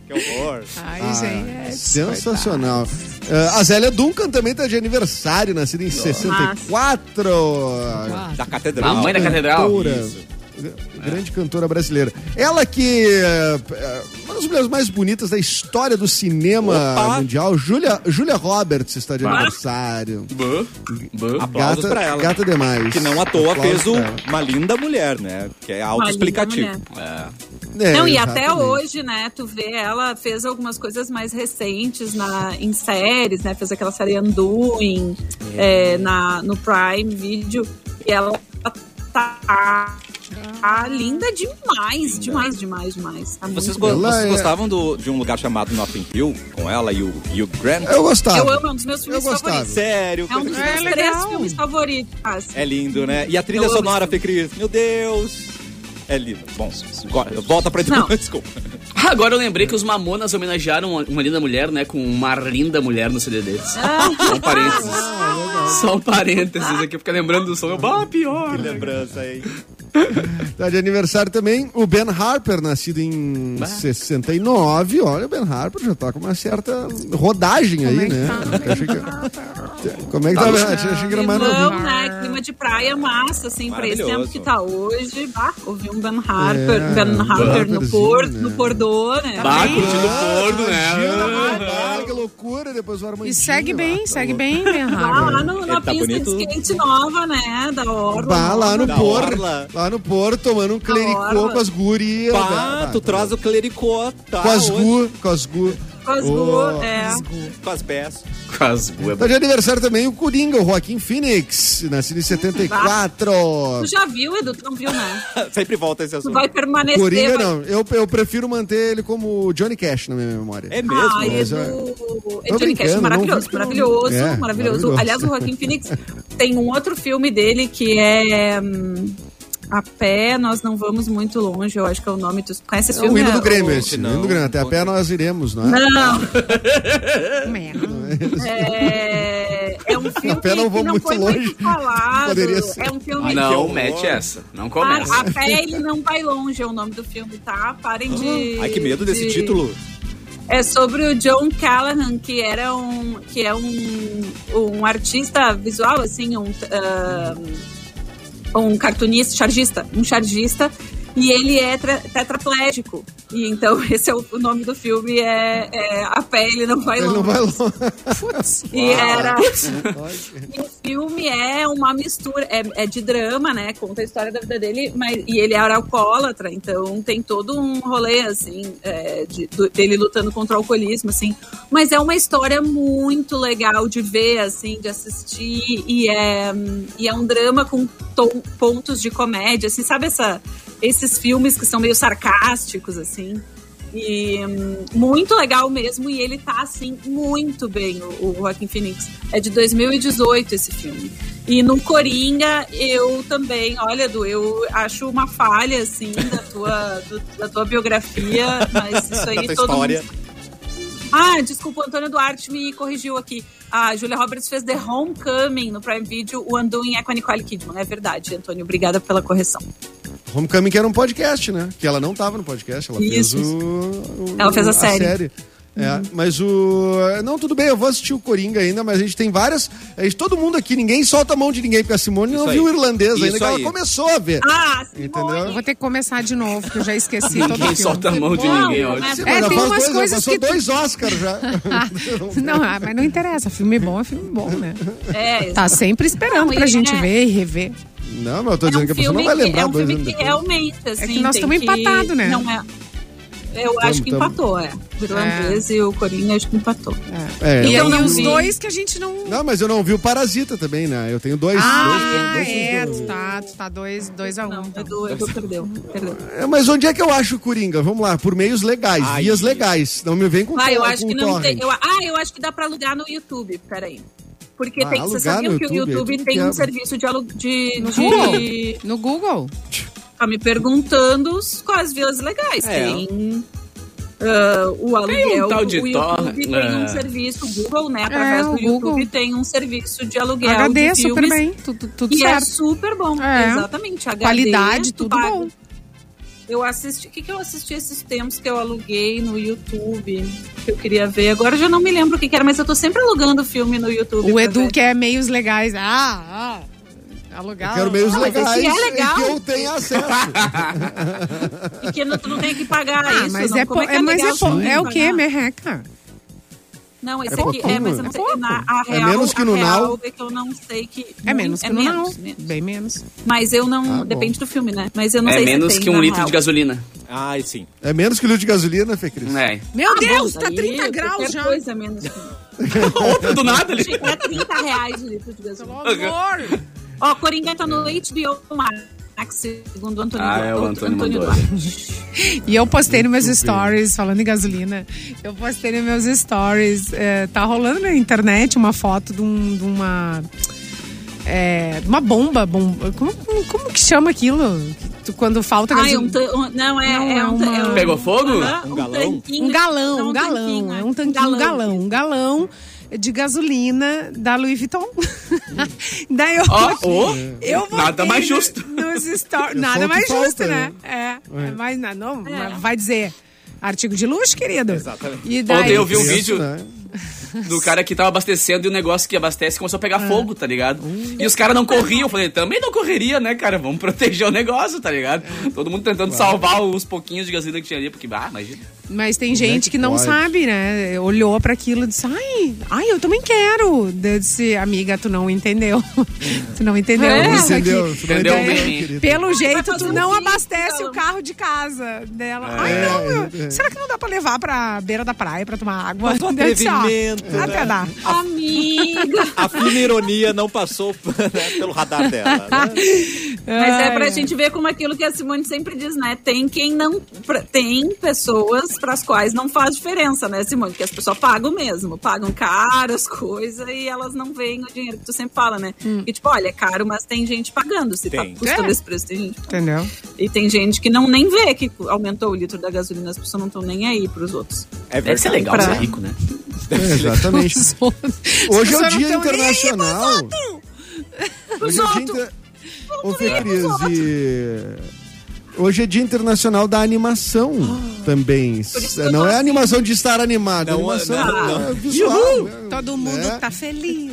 [SPEAKER 1] Que horror.
[SPEAKER 4] Ai, gente.
[SPEAKER 3] Sensacional. Eh, a Zélia Duncan também tá de aniversário, nascida em 64.
[SPEAKER 2] Ah.
[SPEAKER 1] Da catedral.
[SPEAKER 2] A mãe da catedral.
[SPEAKER 3] cantora.
[SPEAKER 1] Isso.
[SPEAKER 3] Grande cantora brasileira. Ela que é é, uma das mulheres mais bonitas da história do cinema
[SPEAKER 1] Opa!
[SPEAKER 3] mundial. Julia, Julia Roberts está de
[SPEAKER 2] Ah.
[SPEAKER 3] aniversário.
[SPEAKER 2] Bã, bã.
[SPEAKER 1] Aplausos
[SPEAKER 3] Gata,
[SPEAKER 1] pra ela.
[SPEAKER 3] gata demais.
[SPEAKER 1] Que não à toa
[SPEAKER 3] Aplausos
[SPEAKER 1] fez o-
[SPEAKER 3] pra ela.
[SPEAKER 1] uma linda mulher, né? Que é
[SPEAKER 5] Uma
[SPEAKER 1] autoexplicativo.
[SPEAKER 5] linda
[SPEAKER 2] É.
[SPEAKER 3] É,
[SPEAKER 5] Não, e
[SPEAKER 3] exatamente.
[SPEAKER 5] até hoje, né, tu vê, ela fez algumas coisas mais recentes na, em séries, né? Fez aquela série é, Anduin é, na, no Prime Video. E ela tá Tá linda demais, demais, demais, demais. Tá
[SPEAKER 1] Vocês,
[SPEAKER 5] muito
[SPEAKER 1] go-
[SPEAKER 3] Ela
[SPEAKER 1] vocês
[SPEAKER 3] é-
[SPEAKER 1] gostavam do- de um lugar chamado Notting Hill, com ela e o Hugh Grant?
[SPEAKER 3] Eu gostava.
[SPEAKER 5] Eu amo, é um dos meus
[SPEAKER 3] Eu
[SPEAKER 5] filmes
[SPEAKER 3] gostava.
[SPEAKER 5] favoritos.
[SPEAKER 1] Sério,
[SPEAKER 5] É um dos
[SPEAKER 1] coisa-
[SPEAKER 4] É
[SPEAKER 5] meus três
[SPEAKER 4] legal.
[SPEAKER 5] filmes favoritos. fácil.
[SPEAKER 1] é lindo, né? E a trilha
[SPEAKER 5] Eu amo
[SPEAKER 1] sonora,
[SPEAKER 5] esse
[SPEAKER 1] Fê Cris? Meu Deus! É lindo. Bom, agora, volta pra
[SPEAKER 5] Não.
[SPEAKER 1] desculpa.
[SPEAKER 2] Ah, Agora eu lembrei que os Mamonas homenagearam uma, uma linda mulher, né? Com uma linda mulher no CD deles.
[SPEAKER 5] Ah,
[SPEAKER 1] É
[SPEAKER 2] Só um parênteses. Só um parênteses aqui, porque lembrando do som, eu, bah, pior.
[SPEAKER 1] Que lembrança, hein?
[SPEAKER 3] Tá de aniversário também o Ben Harper, nascido em 69. Olha, o Ben Harper já tá com uma certa rodagem
[SPEAKER 5] é
[SPEAKER 3] aí, né?
[SPEAKER 5] tá?
[SPEAKER 3] Eu achei que- Como é que tá? Achei que era mais novinho.
[SPEAKER 5] Climão, né? Clima de praia massa, assim, pra esse
[SPEAKER 1] Maravilhoso.
[SPEAKER 5] tempo que tá hoje. Bah, ouvi um Ben Harper, Ben Harper no
[SPEAKER 3] É, Harperzinho,
[SPEAKER 5] Porto,
[SPEAKER 3] né?
[SPEAKER 5] no Pordô, né?
[SPEAKER 2] Bah, curtindo
[SPEAKER 3] Ah,
[SPEAKER 2] o porno,
[SPEAKER 3] imagina,
[SPEAKER 2] né?
[SPEAKER 3] rapaz, que loucura, depois o Armandinho.
[SPEAKER 4] E segue
[SPEAKER 3] lá,
[SPEAKER 4] bem,
[SPEAKER 3] tá
[SPEAKER 4] segue
[SPEAKER 3] louco.
[SPEAKER 4] bem, Ben
[SPEAKER 5] Bah,
[SPEAKER 4] Harper.
[SPEAKER 5] Ah, lá no, na
[SPEAKER 1] Ele tá
[SPEAKER 5] pista
[SPEAKER 1] bonito.
[SPEAKER 5] de skate nova, né? Da Orla.
[SPEAKER 3] Bah, lá no
[SPEAKER 1] Da
[SPEAKER 3] Porto,
[SPEAKER 1] orla.
[SPEAKER 3] lá no Porto, tomando um clericô
[SPEAKER 5] orla.
[SPEAKER 3] com as gurias. né?
[SPEAKER 1] Pá, tu
[SPEAKER 3] Bah,
[SPEAKER 1] traz o clericó, tá?
[SPEAKER 3] Com as
[SPEAKER 1] hoje.
[SPEAKER 3] gu, com as gu.
[SPEAKER 5] Cosmo,
[SPEAKER 3] Oh.
[SPEAKER 5] é.
[SPEAKER 1] Com as pés.
[SPEAKER 2] Casbu é
[SPEAKER 3] Tá de aniversário também o Coringa, o Joaquim Phoenix, nascido em 74.
[SPEAKER 5] Tu já viu, Edu? Tu não viu, né?
[SPEAKER 1] Sempre volta esse
[SPEAKER 5] Tu
[SPEAKER 1] assunto.
[SPEAKER 5] vai permanecer.
[SPEAKER 3] Coringa
[SPEAKER 5] vai-
[SPEAKER 3] não, eu, eu prefiro manter ele como Johnny Cash na minha memória.
[SPEAKER 1] É mesmo.
[SPEAKER 5] Ah,
[SPEAKER 3] mas
[SPEAKER 5] Edu,
[SPEAKER 3] é-
[SPEAKER 5] Edu Johnny Cash,
[SPEAKER 3] brincando, não vi
[SPEAKER 5] maravilhoso,
[SPEAKER 3] que não-
[SPEAKER 5] maravilhoso,
[SPEAKER 3] É,
[SPEAKER 5] maravilhoso.
[SPEAKER 3] maravilhoso.
[SPEAKER 5] Aliás, o Joaquim Phoenix tem um outro filme dele que é hum, A Pé, Nós Não Vamos Muito Longe, eu acho que é o nome. Tu conhece esse
[SPEAKER 3] É o
[SPEAKER 5] filme?
[SPEAKER 3] hino do
[SPEAKER 5] né?
[SPEAKER 3] Grêmio, esse.
[SPEAKER 1] não.
[SPEAKER 3] O hino do Grêmio. Até a pé nós iremos, não é?
[SPEAKER 5] Não,
[SPEAKER 2] Ah.
[SPEAKER 4] Merda.
[SPEAKER 5] é, é um filme
[SPEAKER 3] A Pé Não
[SPEAKER 5] que
[SPEAKER 3] Vamos
[SPEAKER 5] não
[SPEAKER 3] Muito
[SPEAKER 5] foi
[SPEAKER 3] Longe.
[SPEAKER 5] muito falado.
[SPEAKER 3] Poderia ser.
[SPEAKER 5] É um filme
[SPEAKER 1] Ai, que
[SPEAKER 2] Ah, Não
[SPEAKER 1] horror.
[SPEAKER 2] mete essa. Não
[SPEAKER 5] A,
[SPEAKER 2] começa.
[SPEAKER 5] a pé ele não vai longe é o nome do filme, tá? Parem de.
[SPEAKER 1] Ai, que medo desse
[SPEAKER 5] de-
[SPEAKER 1] título.
[SPEAKER 5] É sobre o John Callahan, que era um que é um, um artista visual assim, um ah, um cartunista, chargista, um chargista. E ele é tra- tetraplégico. E então esse é o, o nome do filme é, é A Pé Ele Não Vai
[SPEAKER 3] Ele
[SPEAKER 5] Longe.
[SPEAKER 3] não vai longe.
[SPEAKER 5] E era. E o filme é uma mistura, é, é de drama, né? Conta a história da vida dele, mas, e ele era alcoólatra, então tem todo um rolê, assim, é, de- do- dele lutando contra o alcoolismo, assim. Mas é uma história muito legal de ver, assim, de assistir, e é, hum, e é um drama com tom- pontos de comédia, assim, sabe essa, esses filmes que são meio sarcásticos, assim? E hum, muito legal mesmo. E ele tá assim, muito bem, o, o Joaquim Phoenix. É de 2018 esse filme. E no Coringa, eu também, olha, Edu, eu acho uma falha, assim, da tua, do- da tua biografia, mas isso
[SPEAKER 1] Da
[SPEAKER 5] aí
[SPEAKER 1] tua
[SPEAKER 5] todo
[SPEAKER 1] história.
[SPEAKER 5] mundo. Ah, desculpa, o Antônio Duarte me corrigiu aqui. A Julia Roberts fez The Homecoming no Prime Video, o Undoing é com a Nicole Kidman. É verdade, Antônio, obrigada pela correção.
[SPEAKER 3] Homecoming que era um podcast, né? Que ela não tava no podcast, ela
[SPEAKER 5] Isso,
[SPEAKER 3] fez o,
[SPEAKER 5] isso.
[SPEAKER 3] o-
[SPEAKER 5] Ela fez a série. Uhum.
[SPEAKER 3] É, mas o. Não, tudo bem, eu vou assistir o Coringa ainda, mas a gente tem várias. A gente, todo mundo aqui, ninguém solta a mão de ninguém, porque a Simone não
[SPEAKER 1] Isso
[SPEAKER 3] viu o
[SPEAKER 1] aí.
[SPEAKER 3] irlandês ainda,
[SPEAKER 1] Isso
[SPEAKER 3] que ela
[SPEAKER 1] aí.
[SPEAKER 3] começou a ver.
[SPEAKER 5] Ah, Simone!
[SPEAKER 3] Entendeu?
[SPEAKER 4] Eu vou ter que começar de novo, porque eu já esqueci todo o
[SPEAKER 2] Ninguém
[SPEAKER 4] filme.
[SPEAKER 2] solta a mão de ninguém, ó.
[SPEAKER 5] ah, Não,
[SPEAKER 3] Sim,
[SPEAKER 5] é-
[SPEAKER 3] mas
[SPEAKER 4] É,
[SPEAKER 3] já
[SPEAKER 4] tem umas
[SPEAKER 3] faz dois, já
[SPEAKER 4] coisas
[SPEAKER 3] passou
[SPEAKER 4] que tu-
[SPEAKER 3] dois Oscars já.
[SPEAKER 4] Não, ah, mas não interessa. Filme bom é filme bom, né?
[SPEAKER 5] É,
[SPEAKER 4] Tá sempre esperando
[SPEAKER 5] Não, e
[SPEAKER 4] pra gente
[SPEAKER 5] é-
[SPEAKER 4] ver e rever.
[SPEAKER 3] não, mas eu tô
[SPEAKER 5] é
[SPEAKER 3] dizendo
[SPEAKER 5] um
[SPEAKER 3] que a pessoa
[SPEAKER 5] filme
[SPEAKER 3] não vai lembrar
[SPEAKER 5] que, é um
[SPEAKER 3] dois
[SPEAKER 5] filme
[SPEAKER 3] anos
[SPEAKER 5] que
[SPEAKER 3] depois.
[SPEAKER 5] realmente, assim,
[SPEAKER 4] É que nós
[SPEAKER 5] tem
[SPEAKER 4] estamos empatados, né?
[SPEAKER 5] Não é... Eu acho que
[SPEAKER 3] tamo.
[SPEAKER 5] empatou, é. O irlandês e o Coringa acho que empatou.
[SPEAKER 3] É,
[SPEAKER 5] E
[SPEAKER 4] E
[SPEAKER 5] eu
[SPEAKER 4] aí
[SPEAKER 5] não
[SPEAKER 4] os
[SPEAKER 5] vi.
[SPEAKER 4] dois que a gente não.
[SPEAKER 3] Não, mas eu não vi o Parasita também, né? Eu tenho dois.
[SPEAKER 4] Ah,
[SPEAKER 3] dois, dois, dois,
[SPEAKER 4] é,
[SPEAKER 3] dois.
[SPEAKER 4] tu tá, tu tá dois, dois a um.
[SPEAKER 5] Não, é
[SPEAKER 4] então.
[SPEAKER 5] Edu, Edu perdeu. perdeu.
[SPEAKER 3] É, Mas onde é que eu acho o Coringa? Vamos lá, por meios legais,
[SPEAKER 1] Ai.
[SPEAKER 3] vias legais. Não me vem com
[SPEAKER 5] Ah, eu
[SPEAKER 3] tor-
[SPEAKER 5] acho
[SPEAKER 3] com
[SPEAKER 5] que não
[SPEAKER 3] torrent.
[SPEAKER 5] tem. eu- ah, eu acho que dá pra alugar no YouTube, peraí. Porque
[SPEAKER 3] Ah,
[SPEAKER 5] tem,
[SPEAKER 3] alugar
[SPEAKER 5] vocês sabiam
[SPEAKER 3] no
[SPEAKER 5] que o
[SPEAKER 3] YouTube,
[SPEAKER 5] YouTube
[SPEAKER 3] aí
[SPEAKER 5] tem
[SPEAKER 3] tudo
[SPEAKER 5] um
[SPEAKER 3] quebra.
[SPEAKER 5] serviço de, alu- de,
[SPEAKER 4] No
[SPEAKER 5] de-
[SPEAKER 4] Google? No Google?
[SPEAKER 5] Tá me perguntando os- quais vilas legais.
[SPEAKER 1] É.
[SPEAKER 5] Tem ah, o aluguel,
[SPEAKER 2] um tal
[SPEAKER 5] o
[SPEAKER 2] de
[SPEAKER 5] YouTube
[SPEAKER 2] torre,
[SPEAKER 5] tem
[SPEAKER 2] é.
[SPEAKER 5] um serviço, o Google, né? Através
[SPEAKER 4] É, o
[SPEAKER 5] do YouTube
[SPEAKER 4] Google.
[SPEAKER 5] tem um serviço de aluguel
[SPEAKER 4] HD,
[SPEAKER 5] de
[SPEAKER 4] super
[SPEAKER 5] filmes.
[SPEAKER 4] bem. Tudo, tudo
[SPEAKER 5] E é
[SPEAKER 4] certo.
[SPEAKER 5] super bom,
[SPEAKER 4] É.
[SPEAKER 5] exatamente. HD,
[SPEAKER 4] Qualidade,
[SPEAKER 5] tu
[SPEAKER 4] tudo
[SPEAKER 5] paga.
[SPEAKER 4] bom.
[SPEAKER 5] Eu assisti. O que, que eu assisti esses tempos que eu aluguei no YouTube? Que eu queria ver. Agora eu já não me lembro o que, que era, mas eu tô sempre alugando filme no YouTube.
[SPEAKER 4] O
[SPEAKER 5] pra
[SPEAKER 4] Edu
[SPEAKER 5] ver.
[SPEAKER 4] que é meios legais. Ah, ah.
[SPEAKER 3] Eu
[SPEAKER 4] Alugar.
[SPEAKER 3] quero meios
[SPEAKER 5] Não, mas esse
[SPEAKER 3] legais
[SPEAKER 5] é legal.
[SPEAKER 3] em que eu tenho acesso.
[SPEAKER 5] E que não, tu não tem que pagar
[SPEAKER 4] é Ah,
[SPEAKER 5] isso.
[SPEAKER 4] mas
[SPEAKER 5] não.
[SPEAKER 4] é,
[SPEAKER 5] Como
[SPEAKER 4] po-
[SPEAKER 5] é, que
[SPEAKER 4] é, mas
[SPEAKER 5] legal Ah.
[SPEAKER 4] é, po-
[SPEAKER 5] tu não
[SPEAKER 4] é o quê?
[SPEAKER 5] pagar?
[SPEAKER 4] Merreca? É
[SPEAKER 5] Não, esse
[SPEAKER 3] É
[SPEAKER 5] aqui
[SPEAKER 3] pouquinho,
[SPEAKER 5] é, mas
[SPEAKER 3] né?
[SPEAKER 5] eu não
[SPEAKER 3] É
[SPEAKER 5] sei. na- a
[SPEAKER 3] É
[SPEAKER 5] real,
[SPEAKER 3] menos que no
[SPEAKER 5] a real
[SPEAKER 3] Now.
[SPEAKER 5] é que eu não sei que.
[SPEAKER 4] É menos que no Now.
[SPEAKER 5] menos, menos.
[SPEAKER 4] Bem menos.
[SPEAKER 5] Mas eu não.
[SPEAKER 3] Ah, bom.
[SPEAKER 5] depende do filme, né? Mas eu não
[SPEAKER 2] É
[SPEAKER 5] sei
[SPEAKER 2] menos
[SPEAKER 5] se tem
[SPEAKER 2] que um
[SPEAKER 5] na
[SPEAKER 2] litro
[SPEAKER 5] real.
[SPEAKER 2] de gasolina.
[SPEAKER 1] Ai, sim.
[SPEAKER 3] É menos que o litro de gasolina, Fê Cris.
[SPEAKER 2] É.
[SPEAKER 4] Meu
[SPEAKER 5] Ah,
[SPEAKER 4] Deus,
[SPEAKER 5] bom,
[SPEAKER 4] tá
[SPEAKER 5] daí
[SPEAKER 4] 30 graus
[SPEAKER 5] qualquer
[SPEAKER 4] já.
[SPEAKER 5] Coisa é menos que... É
[SPEAKER 2] Outra do nada ali.
[SPEAKER 5] Chega a 30 reais o litro de gasolina.
[SPEAKER 4] Pelo amor.
[SPEAKER 5] Ó, Coringa tá no HBO Max. táxi, segundo o Antônio
[SPEAKER 2] Ah,
[SPEAKER 5] Duarte.
[SPEAKER 2] é o Antônio mandou.
[SPEAKER 4] E eu postei nos meus stories, falando em gasolina, eu postei nos meus stories. eh, tá rolando na internet uma foto de, um- de uma. eh, de uma bomba. bomba como, como- como que chama aquilo? Tu- Quando falta
[SPEAKER 5] Ai, um
[SPEAKER 4] gasolina.
[SPEAKER 5] tan- um- não, é,
[SPEAKER 4] Não,
[SPEAKER 5] é
[SPEAKER 4] é
[SPEAKER 5] um, tan- é
[SPEAKER 4] uma-
[SPEAKER 5] um-
[SPEAKER 2] Pegou fogo?
[SPEAKER 5] Aham,
[SPEAKER 1] Um galão?
[SPEAKER 5] tanquinho. né?
[SPEAKER 4] Um galão,
[SPEAKER 5] Não,
[SPEAKER 4] um galão.
[SPEAKER 5] tanquinho,
[SPEAKER 4] É um tanquinho, um galão. Um galão de gasolina da Louis Vuitton. Daí eu.
[SPEAKER 2] Ó, ó,
[SPEAKER 4] Eu vou
[SPEAKER 2] nada
[SPEAKER 4] ter
[SPEAKER 2] mais justo.
[SPEAKER 4] Nos stories.
[SPEAKER 3] só o que
[SPEAKER 4] Nada mais
[SPEAKER 3] falta,
[SPEAKER 4] justo,
[SPEAKER 3] né?
[SPEAKER 4] né? É. é. mais na- não, mas vai dizer. Artigo de luxo, querido.
[SPEAKER 1] Exatamente.
[SPEAKER 4] E
[SPEAKER 2] Ontem
[SPEAKER 4] daí,
[SPEAKER 2] eu vi um
[SPEAKER 3] Isso,
[SPEAKER 2] vídeo
[SPEAKER 3] né?
[SPEAKER 2] do cara que tava abastecendo e o negócio que abastece começou a pegar fogo, tá ligado? E os caras não corriam. Eu falei, também não correria, né, cara? Vamos proteger o negócio, tá ligado? Todo mundo tentando salvar os pouquinhos de gasolina que tinha ali, porque, ah, imagina.
[SPEAKER 4] Mas tem gente
[SPEAKER 3] que
[SPEAKER 4] que não
[SPEAKER 3] pode?
[SPEAKER 4] sabe, né? Olhou pra aquilo e disse: ai, ai, eu também quero. Eu disse, amiga, tu não entendeu. tu não entendeu.
[SPEAKER 5] É.
[SPEAKER 4] isso aqui.
[SPEAKER 3] Entendeu? Tu não
[SPEAKER 2] Entendeu
[SPEAKER 3] entendeu,
[SPEAKER 2] bem.
[SPEAKER 3] querido.
[SPEAKER 4] Pelo jeito,
[SPEAKER 5] fazer
[SPEAKER 4] tu
[SPEAKER 5] um
[SPEAKER 4] não
[SPEAKER 5] vídeo,
[SPEAKER 4] abastece
[SPEAKER 5] então.
[SPEAKER 4] o carro de casa dela. Ai, não, eu-
[SPEAKER 3] é.
[SPEAKER 4] será que não dá pra levar pra beira da praia pra tomar água?
[SPEAKER 1] Mas o
[SPEAKER 4] Eu disse, ó,
[SPEAKER 1] atrevimento, né?
[SPEAKER 4] Até dá.
[SPEAKER 5] Amiga!
[SPEAKER 1] A fina ironia não passou né, pelo radar dela. né?
[SPEAKER 5] Mas é pra
[SPEAKER 4] Ai,
[SPEAKER 5] gente ver como aquilo que a Simone sempre diz, né? Tem quem não. pra- Tem pessoas pras quais não faz diferença, né, Simone? Que as pessoas pagam mesmo, pagam caro as coisas e elas não veem o dinheiro que tu sempre fala, né? E tipo, olha, é caro, mas tem gente pagando. Se tá
[SPEAKER 1] Tem.
[SPEAKER 5] custando
[SPEAKER 4] Hum. É.
[SPEAKER 5] esse preço, tem gente.
[SPEAKER 4] Entendeu?
[SPEAKER 5] E tem gente que não nem vê que aumentou o litro da gasolina, as pessoas não estão nem aí pros outros.
[SPEAKER 1] É
[SPEAKER 2] Deve ser legal
[SPEAKER 5] Pra-
[SPEAKER 2] ser rico, né?
[SPEAKER 3] É, exatamente.
[SPEAKER 4] Os outros. As
[SPEAKER 3] Hoje é o
[SPEAKER 4] pessoas não
[SPEAKER 3] Dia
[SPEAKER 4] tão nem aí
[SPEAKER 3] Internacional. Hoje é o Dia
[SPEAKER 5] outros.
[SPEAKER 3] Inter- Ô, Fê Cris, e- Hoje é Dia Internacional da Animação também.
[SPEAKER 5] isso que eu
[SPEAKER 3] Não
[SPEAKER 5] tô
[SPEAKER 3] é
[SPEAKER 5] assim.
[SPEAKER 3] animação de estar animado,
[SPEAKER 1] Não,
[SPEAKER 3] animação
[SPEAKER 1] não,
[SPEAKER 3] é
[SPEAKER 1] não.
[SPEAKER 3] visual. né?
[SPEAKER 4] Todo mundo
[SPEAKER 3] É.
[SPEAKER 4] tá feliz.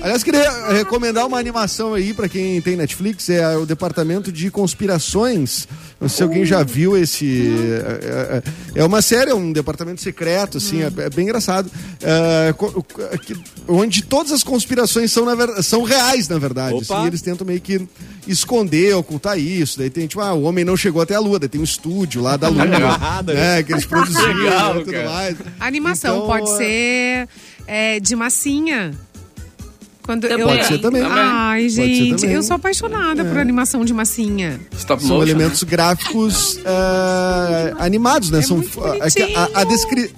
[SPEAKER 3] Aliás, queria eh, recomendar uma animação aí pra quem tem Netflix, é o Departamento de Conspirações. Não sei se alguém
[SPEAKER 2] Hum.
[SPEAKER 3] já viu esse. É, é- é uma série, é um departamento secreto, assim, é, é bem engraçado. É, co- co- que- onde todas as conspirações são, na ver- são reais, na verdade.
[SPEAKER 1] Opa.
[SPEAKER 3] assim, e eles tentam meio que esconder, ocultar isso. Daí tem, tipo, ah, o homem não chegou até a lua, daí tem um estúdio lá da lua.
[SPEAKER 1] Agarrado,
[SPEAKER 3] né, que eles produziram
[SPEAKER 2] Legal,
[SPEAKER 3] né, tudo
[SPEAKER 2] cara.
[SPEAKER 3] mais.
[SPEAKER 4] A animação
[SPEAKER 3] Então,
[SPEAKER 4] pode
[SPEAKER 3] é-
[SPEAKER 4] ser é, de massinha. Quando eu...
[SPEAKER 5] Pode
[SPEAKER 3] ser também.
[SPEAKER 4] Ai,
[SPEAKER 3] Pode ser
[SPEAKER 4] gente,
[SPEAKER 3] também. É.
[SPEAKER 4] eu sou apaixonada por animação de massinha.
[SPEAKER 2] Stop
[SPEAKER 3] São
[SPEAKER 2] motion.
[SPEAKER 3] elementos gráficos eh, animados, né?
[SPEAKER 4] É
[SPEAKER 3] São,
[SPEAKER 4] muito
[SPEAKER 3] a- a, a,
[SPEAKER 4] bonitinho.
[SPEAKER 3] descri-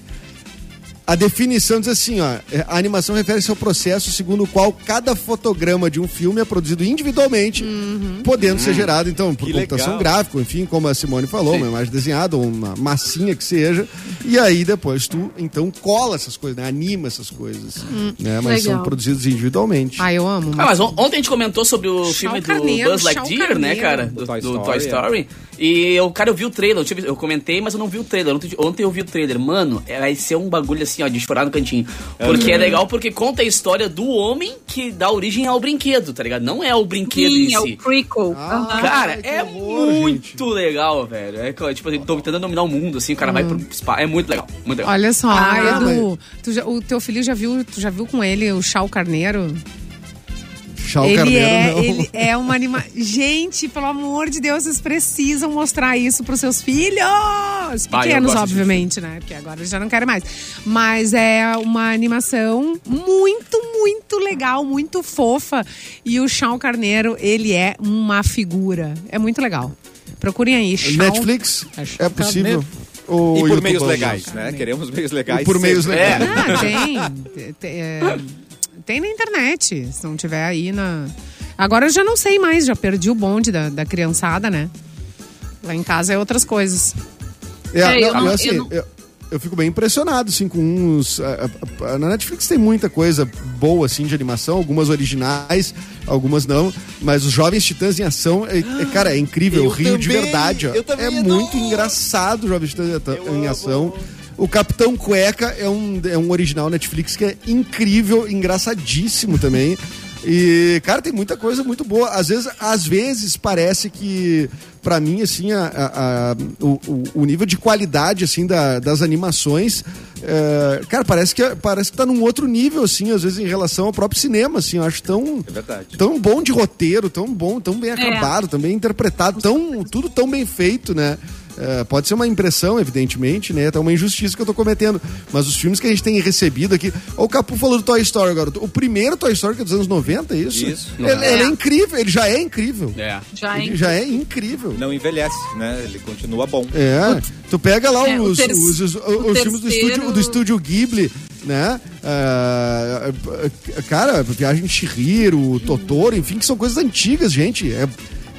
[SPEAKER 3] a definição diz assim, ó. eh, A animação refere-se ao processo segundo o qual cada fotograma de um filme é produzido individualmente,
[SPEAKER 4] Uhum.
[SPEAKER 3] podendo ser gerado, então, por
[SPEAKER 1] Hum. Que
[SPEAKER 3] computação
[SPEAKER 1] legal.
[SPEAKER 3] gráfica, enfim, como a Simone falou, uma imagem desenhada, ou uma massinha que seja. E aí depois tu, então, cola essas coisas, né? Anima essas coisas. né? Mas são
[SPEAKER 5] legal.
[SPEAKER 3] produzidos individualmente.
[SPEAKER 4] Hum. Ai, eu amo.
[SPEAKER 2] Ah,
[SPEAKER 4] Mas...
[SPEAKER 2] mas on- ontem a gente comentou sobre o
[SPEAKER 4] Chá
[SPEAKER 2] filme
[SPEAKER 4] o
[SPEAKER 2] do
[SPEAKER 4] Carneiro,
[SPEAKER 2] Buzz
[SPEAKER 4] Chá o
[SPEAKER 2] Lightyear, né,
[SPEAKER 4] Carneiro.
[SPEAKER 2] cara?
[SPEAKER 1] Do
[SPEAKER 2] Do,
[SPEAKER 1] Toy
[SPEAKER 2] do
[SPEAKER 1] Story, é.
[SPEAKER 2] Toy Story. E eu, cara, eu vi o trailer, eu, tive- eu comentei, mas eu não vi o trailer. Ontem, ontem eu vi o trailer. Mano, é- vai ser um bagulho assim, ó, de chorar no cantinho. Porque é legal, porque conta a história do homem que dá origem ao brinquedo, tá ligado? Não é o brinquedo em
[SPEAKER 5] Sim,
[SPEAKER 2] si.
[SPEAKER 5] é o Ah, prequel.
[SPEAKER 4] Ah,
[SPEAKER 5] Aham.
[SPEAKER 2] Cara,
[SPEAKER 3] Ai, que
[SPEAKER 2] é
[SPEAKER 3] horror,
[SPEAKER 2] muito legal, velho. É, que, tipo, eu tô tentando dominar o mundo, assim, o cara vai pro spa. É muito legal, muito legal.
[SPEAKER 4] Olha só,
[SPEAKER 3] Ah,
[SPEAKER 4] Edu, tu já- o teu filho já viu, tu já viu com ele o Chá o Carneiro?
[SPEAKER 3] Chá o
[SPEAKER 4] ele
[SPEAKER 3] Carneiro,
[SPEAKER 4] é,
[SPEAKER 3] não.
[SPEAKER 4] ele é uma anima. Gente, pelo amor de Deus, vocês precisam mostrar isso pros seus filhos!
[SPEAKER 2] Ah, eu
[SPEAKER 4] Pequenos,
[SPEAKER 2] gosto de
[SPEAKER 4] obviamente, né? Porque agora eles já não querem mais. Mas é uma animação muito, muito legal, muito fofa. E o Chão Carneiro, ele é uma figura. É muito legal. Procurem aí. Chão...
[SPEAKER 3] Netflix
[SPEAKER 4] Acho que
[SPEAKER 3] é
[SPEAKER 4] tá
[SPEAKER 3] possível.
[SPEAKER 4] meio-
[SPEAKER 3] Ou
[SPEAKER 1] E por
[SPEAKER 3] YouTube
[SPEAKER 1] meios
[SPEAKER 3] Plus.
[SPEAKER 1] legais, né? Queremos meios legais. É.
[SPEAKER 3] E por meios
[SPEAKER 1] sempre.
[SPEAKER 3] legais.
[SPEAKER 4] Ah, tem. Tem, é, tem na internet. Se não tiver aí na. Agora eu já não sei mais, já perdi o bonde da, da criançada, né? Lá em casa é outras coisas.
[SPEAKER 3] É,
[SPEAKER 5] É, eu
[SPEAKER 3] não,
[SPEAKER 5] não-
[SPEAKER 3] eu, assim,
[SPEAKER 5] eu não-
[SPEAKER 3] eu- eu fico bem impressionado, assim, com uns... a- a- a- na Netflix tem muita coisa boa, assim, de animação. Algumas originais, algumas não. Mas os Jovens Titãs em Ação, é, é, cara, é incrível.
[SPEAKER 1] Eu
[SPEAKER 3] Eu rio de
[SPEAKER 1] também,
[SPEAKER 3] verdade, ó.
[SPEAKER 1] eu também
[SPEAKER 3] É
[SPEAKER 1] adoro.
[SPEAKER 3] muito engraçado os Jovens Titãs em Ata- em Ação. O Capitão Cueca é um, é um original Netflix que é incrível, engraçadíssimo também. E, cara, tem muita coisa muito boa. Às vezes, às vezes parece que, pra mim, assim, a- a- a- o, o- o nível de qualidade, assim, da- das animações, é, cara, parece que, parece que tá num outro nível, assim, às vezes, em relação ao próprio cinema, assim. Eu acho tão,
[SPEAKER 1] É verdade.
[SPEAKER 3] tão bom de roteiro, tão bom, tão bem acabado, tão bem interpretado, tão, tudo tão bem feito, né? eh, pode ser uma impressão, evidentemente, né? É uma injustiça que eu tô cometendo. Mas os filmes que a gente tem recebido aqui. Ó, O Capu falou do Toy Story agora. O primeiro Toy Story, que é dos anos 90, é isso?
[SPEAKER 1] Isso.
[SPEAKER 3] Ele, ele é incrível, ele já é incrível.
[SPEAKER 2] É.
[SPEAKER 5] Já
[SPEAKER 3] Ele
[SPEAKER 5] em-
[SPEAKER 3] já é incrível.
[SPEAKER 1] Não envelhece, né? Ele continua bom.
[SPEAKER 3] É, tu pega lá
[SPEAKER 5] É, o
[SPEAKER 3] os,
[SPEAKER 5] ter-
[SPEAKER 3] os, os- os
[SPEAKER 5] o
[SPEAKER 3] filmes do
[SPEAKER 5] terceiro-
[SPEAKER 3] estúdio, do estúdio Ghibli, né? Ah, cara, Viagem de Shihiro, Totoro, enfim, que são coisas antigas, gente. É,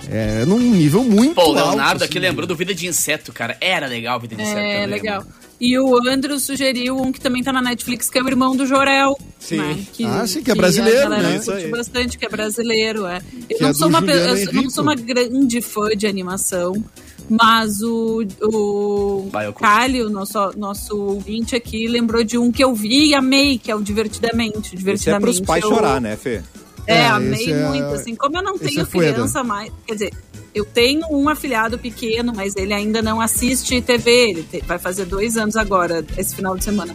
[SPEAKER 3] é num nível muito
[SPEAKER 2] Pô, o
[SPEAKER 3] alto.
[SPEAKER 2] Leonardo
[SPEAKER 3] assim.
[SPEAKER 2] aqui lembrou do Vida de Inseto, cara. Era legal Vida de Inseto.
[SPEAKER 5] É,
[SPEAKER 2] eu lembro.
[SPEAKER 5] legal. E o Andrew sugeriu um que também tá na Netflix, que é o Irmão do Jorel.
[SPEAKER 1] Sim.
[SPEAKER 5] né?
[SPEAKER 3] Ah, sim, que é brasileiro,
[SPEAKER 5] a galera
[SPEAKER 3] né?
[SPEAKER 5] curte
[SPEAKER 1] Isso aí.
[SPEAKER 5] bastante, que é brasileiro, é. Eu,
[SPEAKER 3] Que
[SPEAKER 5] não,
[SPEAKER 3] é
[SPEAKER 5] sou
[SPEAKER 3] do
[SPEAKER 5] uma, pe-
[SPEAKER 3] Juliano
[SPEAKER 5] eu sou- não
[SPEAKER 3] Henrico.
[SPEAKER 5] sou uma grande fã de animação, mas o, o
[SPEAKER 2] Vai, eu curto.
[SPEAKER 5] Calho, nosso, nosso ouvinte aqui, lembrou de um que eu vi e amei, que é o Divertidamente.
[SPEAKER 1] Isso é
[SPEAKER 5] Divertidamente
[SPEAKER 1] pros pais
[SPEAKER 5] eu-
[SPEAKER 1] chorar, né, Fê?
[SPEAKER 5] é,
[SPEAKER 3] É, esse
[SPEAKER 5] amei
[SPEAKER 3] é-
[SPEAKER 5] muito, assim. Como eu não
[SPEAKER 3] esse
[SPEAKER 5] tenho
[SPEAKER 3] é fueda.
[SPEAKER 5] criança mais. Quer dizer, eu tenho um afilhado pequeno, mas ele ainda não assiste TV. Ele te- vai fazer dois anos agora, esse final de semana.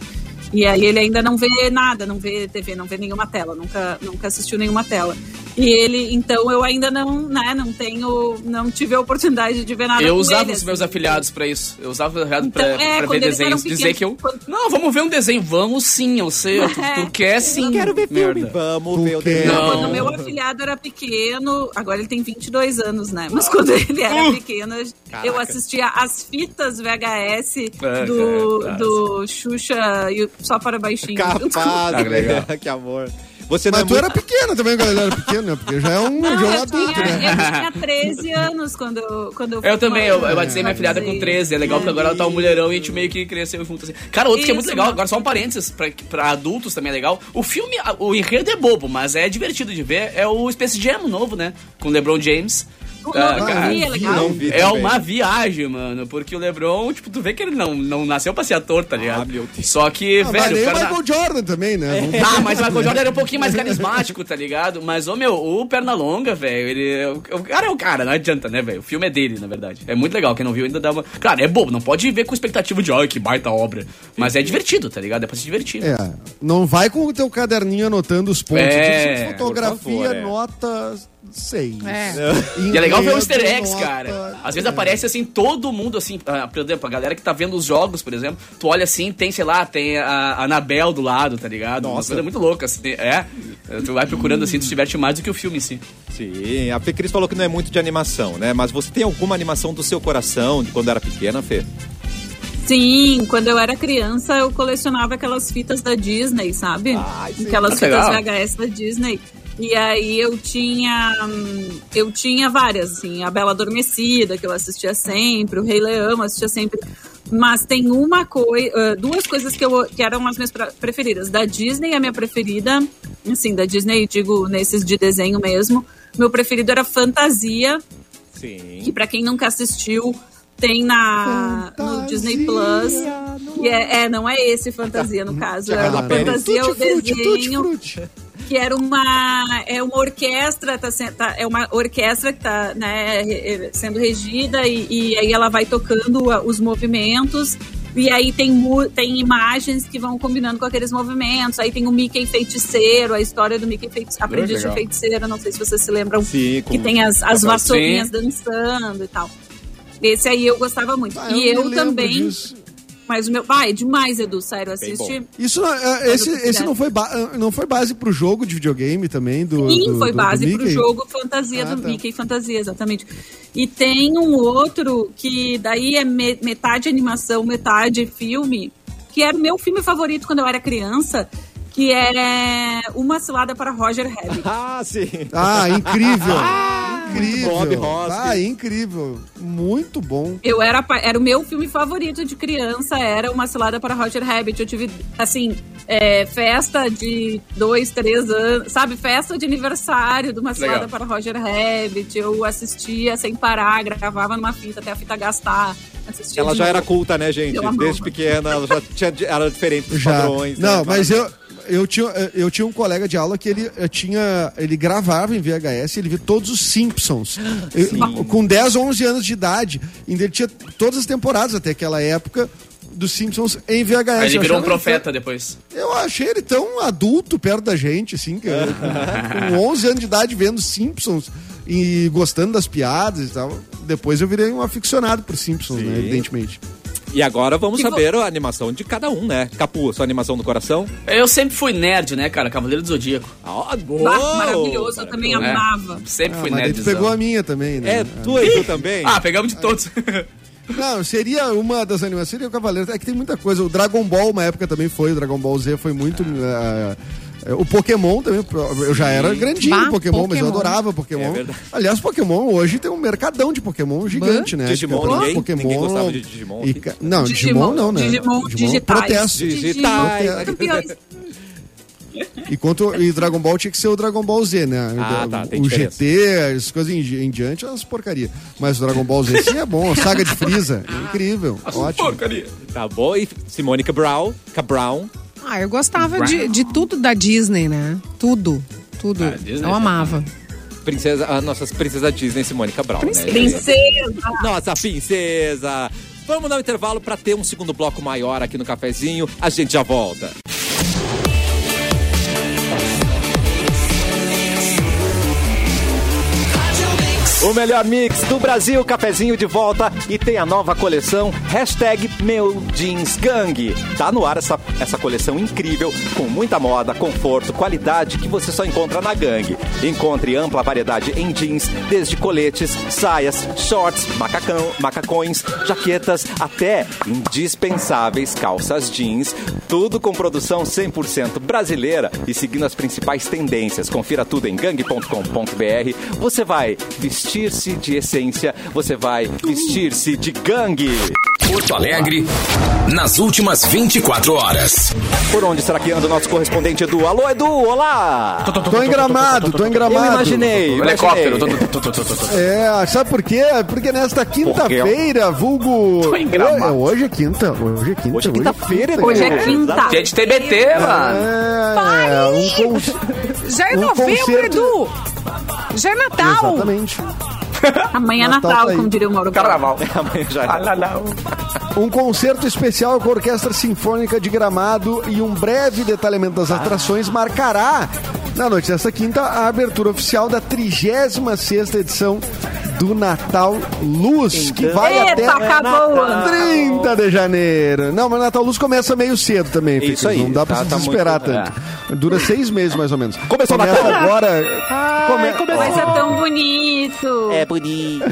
[SPEAKER 5] E aí ele ainda não vê nada, não vê TV, não vê nenhuma tela, nunca, nunca assistiu nenhuma tela. E ele, então eu ainda não, né, não tenho, não tive a oportunidade de ver nada
[SPEAKER 2] Eu
[SPEAKER 5] com
[SPEAKER 2] usava
[SPEAKER 5] ele,
[SPEAKER 2] os
[SPEAKER 5] assim.
[SPEAKER 2] meus afiliados pra isso. Eu usava os afiliados
[SPEAKER 5] Então,
[SPEAKER 2] pra,
[SPEAKER 5] é,
[SPEAKER 2] pra
[SPEAKER 5] quando
[SPEAKER 2] ver
[SPEAKER 5] eles
[SPEAKER 2] desenhos.
[SPEAKER 5] eram pequenos,
[SPEAKER 2] Dizer que eu.
[SPEAKER 5] quando- É,
[SPEAKER 2] Não, vamos ver um desenho. Vamos sim, eu sei. Tu, tu quer sim.
[SPEAKER 1] Quero ver filme.
[SPEAKER 2] merda.
[SPEAKER 1] Vamos
[SPEAKER 3] Tu
[SPEAKER 1] ver o
[SPEAKER 3] quer?
[SPEAKER 1] desenho.
[SPEAKER 2] Não.
[SPEAKER 5] Quando meu afilhado era pequeno, agora ele tem 22 anos, né? Mas quando ele
[SPEAKER 3] É.
[SPEAKER 5] era pequeno, eu assistia as fitas VHS
[SPEAKER 2] É,
[SPEAKER 5] do,
[SPEAKER 2] é, é,
[SPEAKER 5] do Xuxa e o Só para Baixinho. junto com-
[SPEAKER 1] Capaz,
[SPEAKER 2] legal.
[SPEAKER 1] né? que amor. Você não
[SPEAKER 3] Mas
[SPEAKER 1] é
[SPEAKER 3] tu
[SPEAKER 1] muito-
[SPEAKER 3] era pequena também, galera, era pequena, né? Porque já é um,
[SPEAKER 5] Não,
[SPEAKER 3] já é um
[SPEAKER 5] eu,
[SPEAKER 3] adulto,
[SPEAKER 5] tinha,
[SPEAKER 3] né?
[SPEAKER 5] eu tinha 13 anos quando, eu- quando eu
[SPEAKER 2] Eu também, eu, eu batizei
[SPEAKER 5] batizei
[SPEAKER 2] minha filhada com 13. É legal porque agora ela tá um mulherão e a gente meio que cresceu junto assim. Cara, outro que é muito
[SPEAKER 5] Isso,
[SPEAKER 2] legal,
[SPEAKER 5] mano.
[SPEAKER 2] agora só um parênteses, pra, pra adultos também é legal. O filme, a- o enredo é bobo, mas é divertido de ver. É o Space Jam novo, né? Com o LeBron James.
[SPEAKER 5] Não,
[SPEAKER 2] Ah,
[SPEAKER 5] não
[SPEAKER 2] cara,
[SPEAKER 5] vi, é legal.
[SPEAKER 1] Não vi
[SPEAKER 2] é
[SPEAKER 1] também.
[SPEAKER 2] uma viagem, mano, porque o LeBron, tipo, tu vê que ele não, não nasceu pra ser ator, tá ligado?
[SPEAKER 1] Ah, meu Deus.
[SPEAKER 2] Só que,
[SPEAKER 3] Ah, mas
[SPEAKER 2] velho,
[SPEAKER 3] nem
[SPEAKER 2] o
[SPEAKER 3] o
[SPEAKER 2] cara na-
[SPEAKER 3] Michael Jordan também, né? Vamos-
[SPEAKER 2] ah, mas o Michael Jordan era um pouquinho mais carismático, tá ligado? Mas, ô meu, o Pernalonga, velho, ele. o- O cara é o cara, não adianta, né, velho? O filme é dele, na verdade. É muito legal, quem não viu ainda dá uma. Claro, é bobo, não pode ver com expectativa de, ai, que baita obra. Mas é divertido, tá ligado? É pra se divertir.
[SPEAKER 3] É, não vai com o teu caderninho anotando os pontos.
[SPEAKER 2] É,
[SPEAKER 3] Diz,
[SPEAKER 2] por
[SPEAKER 3] fotografia,
[SPEAKER 1] favor, é.
[SPEAKER 3] nota 6.
[SPEAKER 4] É.
[SPEAKER 2] E é legal ver o easter eggs, cara. Às vezes aparece assim, todo mundo, assim, ah, por exemplo, a galera que tá vendo os jogos, por exemplo, tu olha assim, tem, sei lá, tem a a Anabel do lado, tá ligado? Uma
[SPEAKER 1] Nossa.
[SPEAKER 2] coisa muito louca, assim, é. Tu vai procurando assim, tu diverte mais do que o filme em si.
[SPEAKER 1] Sim, a Fê Cris falou que não é muito de animação, né? Mas você tem alguma animação do seu coração de quando era pequena, Fê?
[SPEAKER 5] Sim, quando eu era criança eu colecionava aquelas fitas da Disney, sabe? aquelas
[SPEAKER 2] Ah,
[SPEAKER 5] fitas
[SPEAKER 2] legal.
[SPEAKER 5] VHS da Disney. E aí eu tinha hum, eu tinha várias, assim, a Bela Adormecida, que eu assistia sempre, o Rei Leão, eu assistia sempre. Mas tem uma coisa, duas coisas que, eu, que eram as minhas pra- preferidas. Da Disney, a minha preferida, assim, da Disney, digo, nesses de desenho mesmo. Meu preferido era Fantasia, que
[SPEAKER 1] Sim.
[SPEAKER 5] pra quem nunca assistiu, tem na no Disney Plus. E é, é, não é esse fantasia, no caso.
[SPEAKER 3] tá
[SPEAKER 5] É
[SPEAKER 1] Carla
[SPEAKER 5] o
[SPEAKER 1] Pérez.
[SPEAKER 5] fantasia é o desenho,
[SPEAKER 3] Frute.
[SPEAKER 5] que era uma. É uma orquestra, tá, se- tá- é uma orquestra que tá né, re- eh, sendo regida e, e aí ela vai tocando a- os movimentos. E aí tem, mu- tem imagens que vão combinando com aqueles movimentos. Aí tem o Mickey feiticeiro, a história do Mickey feiticeiro, aprendiz de
[SPEAKER 2] legal.
[SPEAKER 5] feiticeiro, não sei se vocês se lembram
[SPEAKER 1] Sim, com...
[SPEAKER 5] que tem as, as
[SPEAKER 2] Sim.
[SPEAKER 5] vassourinhas dançando e tal. Esse aí eu gostava muito.
[SPEAKER 3] Ah,
[SPEAKER 5] e
[SPEAKER 3] me
[SPEAKER 5] eu
[SPEAKER 3] lembro
[SPEAKER 5] também.
[SPEAKER 3] disso.
[SPEAKER 5] Mas o meu. Vai, é demais, Edu, sério,
[SPEAKER 1] Bem
[SPEAKER 5] assiste.
[SPEAKER 3] Isso, não- ah, esse, esse não, foi ba- ah, não foi base pro jogo de videogame também? Do,
[SPEAKER 5] Sim,
[SPEAKER 3] do-
[SPEAKER 5] foi
[SPEAKER 3] do- do
[SPEAKER 5] base pro
[SPEAKER 3] Mickey?
[SPEAKER 5] jogo Fantasia
[SPEAKER 3] Ah,
[SPEAKER 5] do
[SPEAKER 3] tá.
[SPEAKER 5] Mickey Fantasia, exatamente. E tem um outro que daí é me- metade animação, metade filme, que era o meu filme favorito quando eu era criança, que é Uma Cilada para Roger Rabbit.
[SPEAKER 1] Ah, sim.
[SPEAKER 3] Ah, incrível!
[SPEAKER 5] Ah,
[SPEAKER 3] incrível!
[SPEAKER 1] Bob Hoskins.
[SPEAKER 3] Ah, incrível! Muito bom.
[SPEAKER 5] Eu era, apa- era o meu filme favorito de criança, era Uma Cilada para Roger Rabbit. Eu tive, assim, é, festa de dois, três anos, sabe? Festa de aniversário de Uma Cilada
[SPEAKER 2] Legal.
[SPEAKER 5] para Roger Rabbit. Eu assistia sem parar, gravava numa fita até a fita gastar. Assistia
[SPEAKER 1] Ela
[SPEAKER 5] de
[SPEAKER 1] já
[SPEAKER 5] novo.
[SPEAKER 1] era culta, né, gente?
[SPEAKER 5] Eu amava.
[SPEAKER 1] Desde pequena, ela já tinha, era diferente dos
[SPEAKER 3] Já.
[SPEAKER 1] padrões. né?
[SPEAKER 3] Não, mas eu, eu, tinha, eu tinha um colega de aula que ele eh, tinha. Ele gravava em VHS, ele via todos os Simpsons. Eu- com 10 ou 11 anos de idade. Ainda ele tinha todas as temporadas até aquela época dos Simpsons em
[SPEAKER 2] Aí
[SPEAKER 3] VHS.
[SPEAKER 2] ele
[SPEAKER 3] É, Eu
[SPEAKER 2] virou um
[SPEAKER 3] achava
[SPEAKER 2] profeta depois.
[SPEAKER 3] Eu achei ele tão adulto perto da gente, assim, que com 11 anos de idade vendo Simpsons e gostando das piadas e tal. depois eu virei um aficionado por Simpsons, né?
[SPEAKER 1] Sim.
[SPEAKER 3] Evidentemente.
[SPEAKER 1] E agora vamos
[SPEAKER 5] E vo-
[SPEAKER 1] saber a animação de cada um, né? Capu, sua animação do coração?
[SPEAKER 2] Eu sempre fui nerd, né, cara? Cavaleiro do Zodíaco.
[SPEAKER 1] Ah,
[SPEAKER 5] Bah,
[SPEAKER 1] boa!
[SPEAKER 5] maravilhoso, eu também
[SPEAKER 1] né?
[SPEAKER 2] É.
[SPEAKER 5] amava.
[SPEAKER 2] Sempre
[SPEAKER 3] Ah,
[SPEAKER 2] fui
[SPEAKER 3] mas aí
[SPEAKER 2] nerd.
[SPEAKER 3] tu pegou a minha também, né?
[SPEAKER 1] É, tu e tu também?
[SPEAKER 2] Ah, pegamos de todos.
[SPEAKER 3] Não, seria uma das animações, seria o Cavaleiro. É que tem muita coisa. O Dragon Ball, uma época também foi, o Dragon Ball Z foi muito.
[SPEAKER 1] Ah.
[SPEAKER 3] eh, eh, o Pokémon também, eu já era grandinho
[SPEAKER 4] Bah,
[SPEAKER 3] em Pokémon, mas eu
[SPEAKER 4] Pokémon.
[SPEAKER 3] adorava Pokémon.
[SPEAKER 1] É verdade.
[SPEAKER 3] Aliás, Pokémon hoje tem um mercadão de Pokémon gigante, né?
[SPEAKER 1] Digimon,
[SPEAKER 3] Tem
[SPEAKER 1] ninguém-
[SPEAKER 3] Pokémon,
[SPEAKER 1] ninguém gostava de Digimon assim.
[SPEAKER 3] e
[SPEAKER 1] aqui.
[SPEAKER 3] ca- não, Digimon, não, né?
[SPEAKER 5] Digimon, digitais.
[SPEAKER 3] protesto.
[SPEAKER 1] Digitais.
[SPEAKER 5] Campeões.
[SPEAKER 3] Enquanto e Dragon Ball tinha que ser o Dragon Ball Z, né?
[SPEAKER 1] Ah,
[SPEAKER 3] o,
[SPEAKER 1] tá, tem
[SPEAKER 3] o
[SPEAKER 1] diferença.
[SPEAKER 3] GT, as coisas em, em diante, as porcaria. Mas o Dragon Ball Z sim é bom, a saga de Frieza,
[SPEAKER 1] Ah.
[SPEAKER 3] é incrível,
[SPEAKER 2] um
[SPEAKER 3] ótimo.
[SPEAKER 2] Porcaria.
[SPEAKER 1] Tá bom, e Simone Cabral, Cabral.
[SPEAKER 4] Ah, eu gostava de, de tudo da Disney, né? Tudo. Tudo.
[SPEAKER 2] Ah, Disney
[SPEAKER 4] eu
[SPEAKER 2] já-
[SPEAKER 4] amava.
[SPEAKER 1] Princesa, a nossas princesa Disney, Simone Cabral, né?
[SPEAKER 5] Princesa.
[SPEAKER 1] Nossa princesa! Vamos dar um intervalo para ter um segundo bloco maior aqui no cafezinho. A gente já volta. O melhor mix do Brasil, cafezinho de volta e tem a nova coleção hashtag Meu Jeans Gang. Tá no ar essa, essa coleção incrível, com muita moda, conforto, qualidade que você só encontra na gangue. Encontre ampla variedade em jeans, desde coletes, saias, shorts, macacão, macacões, jaquetas, até indispensáveis calças jeans. Tudo com produção 100% brasileira e seguindo as principais tendências. Confira tudo em gang.com.br. Você vai vestir-se de essência, você vai vestir-se de gangue.
[SPEAKER 6] Porto Alegre, nas últimas 24 horas.
[SPEAKER 1] Por onde será que anda o nosso correspondente Edu? Alô, Edu, olá!
[SPEAKER 3] Tô engramado, tô
[SPEAKER 1] Eu
[SPEAKER 3] engramado.
[SPEAKER 1] imaginei, imaginei.
[SPEAKER 2] Helicóptero.
[SPEAKER 3] É, sabe por quê? Porque nesta quinta-feira, vulgo.
[SPEAKER 2] Tô engramado.
[SPEAKER 3] É, hoje é quinta, hoje é quinta.
[SPEAKER 1] Hoje é quinta-feira, Edu.
[SPEAKER 5] Hoje é quinta.
[SPEAKER 2] Gente, TBT, mano.
[SPEAKER 3] É, um cons...
[SPEAKER 4] Já é
[SPEAKER 3] Um
[SPEAKER 4] novembro,
[SPEAKER 3] concerto-
[SPEAKER 4] Edu! Já é Natal!
[SPEAKER 3] Exatamente.
[SPEAKER 5] Amanhã é
[SPEAKER 3] Natal
[SPEAKER 5] Natal,
[SPEAKER 3] tá aí.
[SPEAKER 5] como diria o Mauro.
[SPEAKER 2] Carnaval.
[SPEAKER 1] Amanhã já é.
[SPEAKER 3] Um concerto especial com a Orquestra Sinfônica de Gramado e um breve detalhamento das atrações marcará, na noite desta quinta, a abertura oficial da 36ª edição do Natal Luz, que vai
[SPEAKER 5] Então, Eita,
[SPEAKER 3] até
[SPEAKER 5] acabou o ano.
[SPEAKER 3] 30 de janeiro. Não, mas Natal Luz começa meio cedo também,
[SPEAKER 1] Isso
[SPEAKER 3] Felipe,
[SPEAKER 1] aí,
[SPEAKER 3] não dá pra
[SPEAKER 1] tá-
[SPEAKER 3] se
[SPEAKER 1] tá
[SPEAKER 3] desesperar
[SPEAKER 1] muito- É.
[SPEAKER 3] tanto. Dura seis meses, mais ou menos.
[SPEAKER 1] Começou o
[SPEAKER 3] começa
[SPEAKER 1] Natal.
[SPEAKER 3] agora... come-
[SPEAKER 5] Mas é tão bonito.
[SPEAKER 1] É bonito.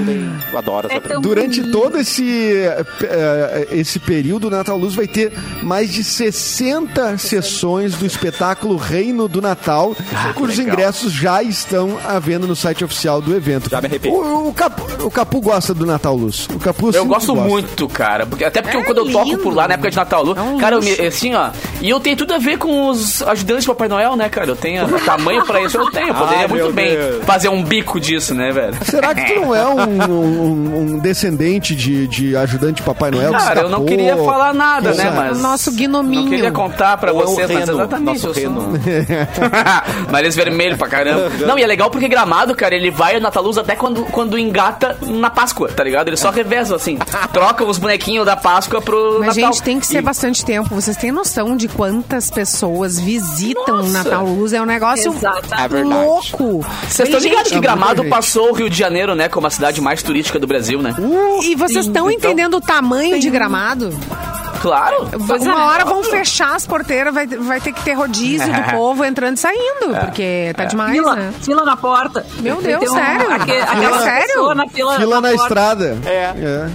[SPEAKER 1] Eu adoro essa
[SPEAKER 5] É tão
[SPEAKER 3] Durante
[SPEAKER 5] bonito.
[SPEAKER 3] todo esse, eh, esse período, o Natal Luz vai ter mais de 60 sessões do espetáculo Reino do Natal,
[SPEAKER 2] Ah,
[SPEAKER 3] cujos ingressos já estão à venda no site oficial do evento.
[SPEAKER 1] Já me arrepiei.
[SPEAKER 3] O, o Capu, o Capu gosta do Natal Luz. O Capu
[SPEAKER 2] Eu
[SPEAKER 3] sempre
[SPEAKER 2] gosto
[SPEAKER 3] gosta.
[SPEAKER 2] muito, cara. Porque, até porque
[SPEAKER 4] É
[SPEAKER 2] quando eu toco
[SPEAKER 4] lindo.
[SPEAKER 2] por lá na época de Natal, Lu,
[SPEAKER 4] É um
[SPEAKER 2] cara, eu me-
[SPEAKER 4] luxo.
[SPEAKER 2] assim, ó. E eu tenho tudo a ver com os ajudantes de Papai Noel, né, cara? Eu tenho tamanho pra isso, eu tenho. Eu poderia
[SPEAKER 1] Ai, meu
[SPEAKER 2] muito bem
[SPEAKER 1] Deus.
[SPEAKER 2] fazer um bico disso, né, velho?
[SPEAKER 3] Ah, Será que tu não é um, um- um descendente de, de ajudante de Papai Noel? É que
[SPEAKER 2] Cara, eu não
[SPEAKER 3] escapou?
[SPEAKER 2] queria falar nada, né,
[SPEAKER 3] Exato.
[SPEAKER 2] mas.
[SPEAKER 4] O nosso gnominho.
[SPEAKER 2] Não queria contar pra
[SPEAKER 1] Ou é um
[SPEAKER 2] vocês, mas
[SPEAKER 1] reno,
[SPEAKER 2] exatamente.
[SPEAKER 1] nosso
[SPEAKER 2] Eu sou... um
[SPEAKER 1] reno.
[SPEAKER 2] Nariz vermelho pra caramba. Não, e é legal porque gramado, cara, ele vai na Taluz até quando, quando engata na Páscoa, tá ligado? Ele só
[SPEAKER 3] É.
[SPEAKER 2] reveza, assim. Troca os bonequinhos da Páscoa pro
[SPEAKER 4] Mas,
[SPEAKER 2] Natal.
[SPEAKER 4] gente, tem que ser
[SPEAKER 2] E-
[SPEAKER 4] bastante tempo. Vocês têm noção de quantas pessoas visitam o
[SPEAKER 2] Nossa.
[SPEAKER 4] Natal Luz? É um negócio
[SPEAKER 5] Exato. É
[SPEAKER 1] verdade.
[SPEAKER 4] louco.
[SPEAKER 2] Vocês estão ligados que
[SPEAKER 4] Tem gente-
[SPEAKER 3] muita
[SPEAKER 2] Gramado
[SPEAKER 3] gente. Uh.
[SPEAKER 2] passou o Rio de Janeiro, né, como a cidade mais turística do Brasil, né?
[SPEAKER 4] E vocês estão
[SPEAKER 2] Então,
[SPEAKER 4] entendendo o tamanho de gramado?
[SPEAKER 2] Claro.
[SPEAKER 4] Uma hora vão fechar as porteiras, vai, vai ter que ter rodízio do povo entrando e saindo, porque tá demais,
[SPEAKER 5] Fila,
[SPEAKER 4] né?
[SPEAKER 5] fila na porta.
[SPEAKER 4] Meu
[SPEAKER 5] Tem
[SPEAKER 4] Deus, sério?
[SPEAKER 5] aque-
[SPEAKER 4] Fila-
[SPEAKER 5] aquela
[SPEAKER 4] sério?
[SPEAKER 5] pessoa na fila,
[SPEAKER 3] Fila na
[SPEAKER 5] porta.
[SPEAKER 3] estrada. É.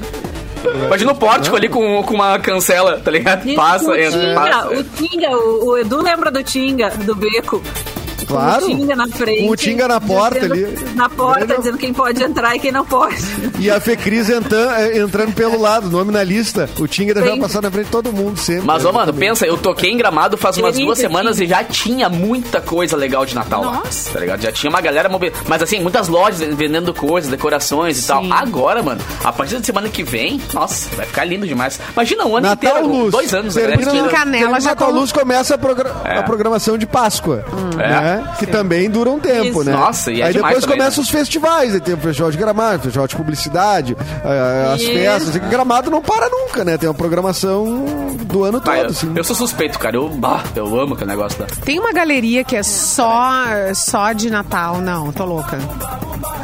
[SPEAKER 2] Imagina o pórtico ali com, com uma cancela, tá ligado?
[SPEAKER 5] Isso,
[SPEAKER 2] Passa,
[SPEAKER 5] o
[SPEAKER 2] entra,
[SPEAKER 5] Tinga,
[SPEAKER 2] passa.
[SPEAKER 5] O Tinga, o, o Edu lembra do Tinga, do beco.
[SPEAKER 3] Claro.
[SPEAKER 5] O Tinga na frente.
[SPEAKER 3] O Tinga na porta
[SPEAKER 5] dizendo-
[SPEAKER 3] ali.
[SPEAKER 5] Na porta,
[SPEAKER 3] Grande-
[SPEAKER 5] dizendo quem pode entrar e quem não pode.
[SPEAKER 3] E a Fecris entrando, entrando pelo lado, nome na lista. O Tinga deve
[SPEAKER 5] Tem-
[SPEAKER 3] passar na frente de todo mundo sempre.
[SPEAKER 2] Mas, ô, mano,
[SPEAKER 3] Exatamente.
[SPEAKER 2] pensa, eu toquei em Gramado faz umas
[SPEAKER 5] Querido,
[SPEAKER 2] duas semanas e já tinha muita coisa legal de Natal lá.
[SPEAKER 4] Nossa.
[SPEAKER 2] Tá ligado? Já tinha uma galera mobi- Mas, assim, muitas lojas vendendo coisas, decorações e tal. Agora, mano, a partir da semana que vem, nossa, vai ficar lindo demais. Imagina um ano
[SPEAKER 3] Natal
[SPEAKER 2] inteiro,
[SPEAKER 3] Luz.
[SPEAKER 2] dois anos, né? É.
[SPEAKER 3] Termina-
[SPEAKER 4] Aqui em Canela
[SPEAKER 3] termina
[SPEAKER 4] já
[SPEAKER 3] Natal
[SPEAKER 4] colo-
[SPEAKER 3] Luz começa a, progra- a programação de Páscoa. né? Que também dura um tempo,
[SPEAKER 5] Isso.
[SPEAKER 3] né?
[SPEAKER 2] Nossa, e é
[SPEAKER 3] Aí
[SPEAKER 2] demais
[SPEAKER 3] depois
[SPEAKER 2] também,
[SPEAKER 3] começam os festivais. Aí tem o festival de gramado, festival de publicidade, eh, as
[SPEAKER 5] Isso.
[SPEAKER 3] festas. E gramado não para nunca, né? Tem uma programação do ano
[SPEAKER 2] Vai,
[SPEAKER 3] todo,
[SPEAKER 2] eu,
[SPEAKER 3] assim.
[SPEAKER 2] eu sou suspeito, cara. Eu, bah, eu amo aquele negócio lá.
[SPEAKER 4] Tem uma galeria que é só, só de Natal. Não, tô louca.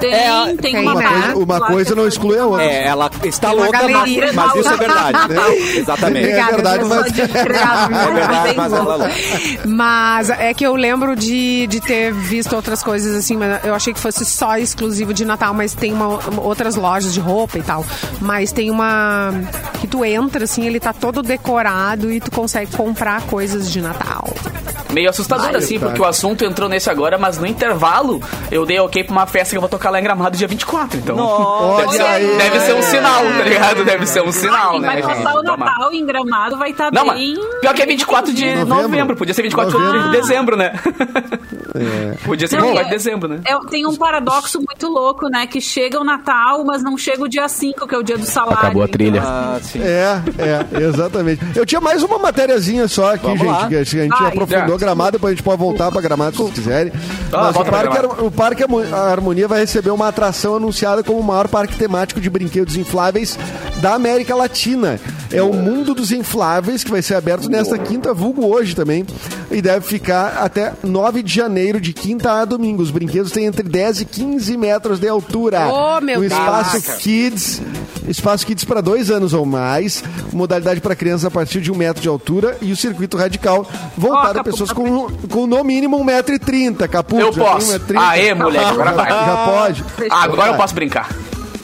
[SPEAKER 5] Tem,
[SPEAKER 2] É,
[SPEAKER 5] tem
[SPEAKER 4] tem
[SPEAKER 5] uma
[SPEAKER 4] uma
[SPEAKER 5] parte
[SPEAKER 3] coisa- uma
[SPEAKER 5] lá
[SPEAKER 3] coisa
[SPEAKER 5] que
[SPEAKER 3] não
[SPEAKER 5] eu-
[SPEAKER 3] exclui a outra.
[SPEAKER 1] É, ela está
[SPEAKER 4] Uma
[SPEAKER 1] louca,
[SPEAKER 4] galeria.
[SPEAKER 1] mas, mas isso é verdade, né? Exatamente.
[SPEAKER 3] É verdade,
[SPEAKER 4] eu
[SPEAKER 5] Só
[SPEAKER 3] mas-
[SPEAKER 5] de criar
[SPEAKER 4] Ah,
[SPEAKER 1] É verdade,
[SPEAKER 5] bem
[SPEAKER 1] mas
[SPEAKER 5] louca.
[SPEAKER 1] ela é louca.
[SPEAKER 4] Mas é que eu lembro de, de ter visto outras coisas assim, mas eu achei que fosse só exclusivo de Natal, mas tem uma- outras lojas de roupa e tal. Mas tem uma que tu entra assim, ele tá todo decorado e tu consegue comprar coisas de Natal.
[SPEAKER 2] Meio assustador, assim,
[SPEAKER 3] tá.
[SPEAKER 2] porque o assunto entrou nesse agora, mas no intervalo eu dei ok pra uma festa que eu vou tocar lá em Gramado dia 24, então.
[SPEAKER 3] Olha
[SPEAKER 2] Deve ser,
[SPEAKER 3] aí.
[SPEAKER 2] deve ser um sinal, tá ligado? Deve ser um sinal,
[SPEAKER 5] Quem
[SPEAKER 2] né,
[SPEAKER 5] vai
[SPEAKER 2] gente?
[SPEAKER 5] passar o
[SPEAKER 2] Toma.
[SPEAKER 5] Natal em Gramado vai estar
[SPEAKER 2] Não, mas
[SPEAKER 5] bem...
[SPEAKER 2] pior que é 24 de novembro.
[SPEAKER 3] Novembro.
[SPEAKER 2] Podia ser 24
[SPEAKER 3] Novembro.
[SPEAKER 2] de dezembro, né?
[SPEAKER 3] assim,
[SPEAKER 2] Podia ser
[SPEAKER 5] Não,
[SPEAKER 2] 24 de
[SPEAKER 5] é-
[SPEAKER 2] dezembro, né?
[SPEAKER 5] É, tem um paradoxo muito louco, né? Que chega o Natal, mas não chega o dia 5, que é o dia do salário.
[SPEAKER 2] Acabou a trilha.
[SPEAKER 1] Ah, sim.
[SPEAKER 3] É, é, exatamente. Eu tinha mais uma matériazinha só aqui,
[SPEAKER 1] Vamos
[SPEAKER 3] gente.
[SPEAKER 1] lá.
[SPEAKER 3] Que a gente
[SPEAKER 5] Ai,
[SPEAKER 3] aprofundou gramado, depois a gente pode voltar pra gramado se quiserem.
[SPEAKER 2] Ah,
[SPEAKER 3] Mas o
[SPEAKER 2] volta pra
[SPEAKER 3] parque,
[SPEAKER 2] Gramado.
[SPEAKER 3] o Parque Harmo- a Harmonia vai receber uma atração anunciada como o maior parque temático de brinquedos infláveis da América Latina. É o Mundo dos Infláveis, que vai ser aberto nesta quinta, vulgo hoje também, e deve ficar até 9 de janeiro, de quinta a domingo. Os brinquedos têm entre 10 e 15 metros de altura.
[SPEAKER 4] Ô, Oh, meu
[SPEAKER 3] o
[SPEAKER 4] Deus.
[SPEAKER 3] espaço
[SPEAKER 2] É.
[SPEAKER 4] Caraca.
[SPEAKER 3] Kids, espaço Kids para dois anos ou mais, modalidade para crianças a partir de um metro de altura e o circuito radical
[SPEAKER 5] Ó,
[SPEAKER 3] voltado a
[SPEAKER 5] Capu,
[SPEAKER 3] pessoas com, com no mínimo 1,30m. Capu,
[SPEAKER 2] Eu
[SPEAKER 3] já tem
[SPEAKER 2] posso.
[SPEAKER 3] 1,30m?
[SPEAKER 2] Aê, moleque, agora vai.
[SPEAKER 3] Já pode.
[SPEAKER 2] Ah, Agora eu posso brincar.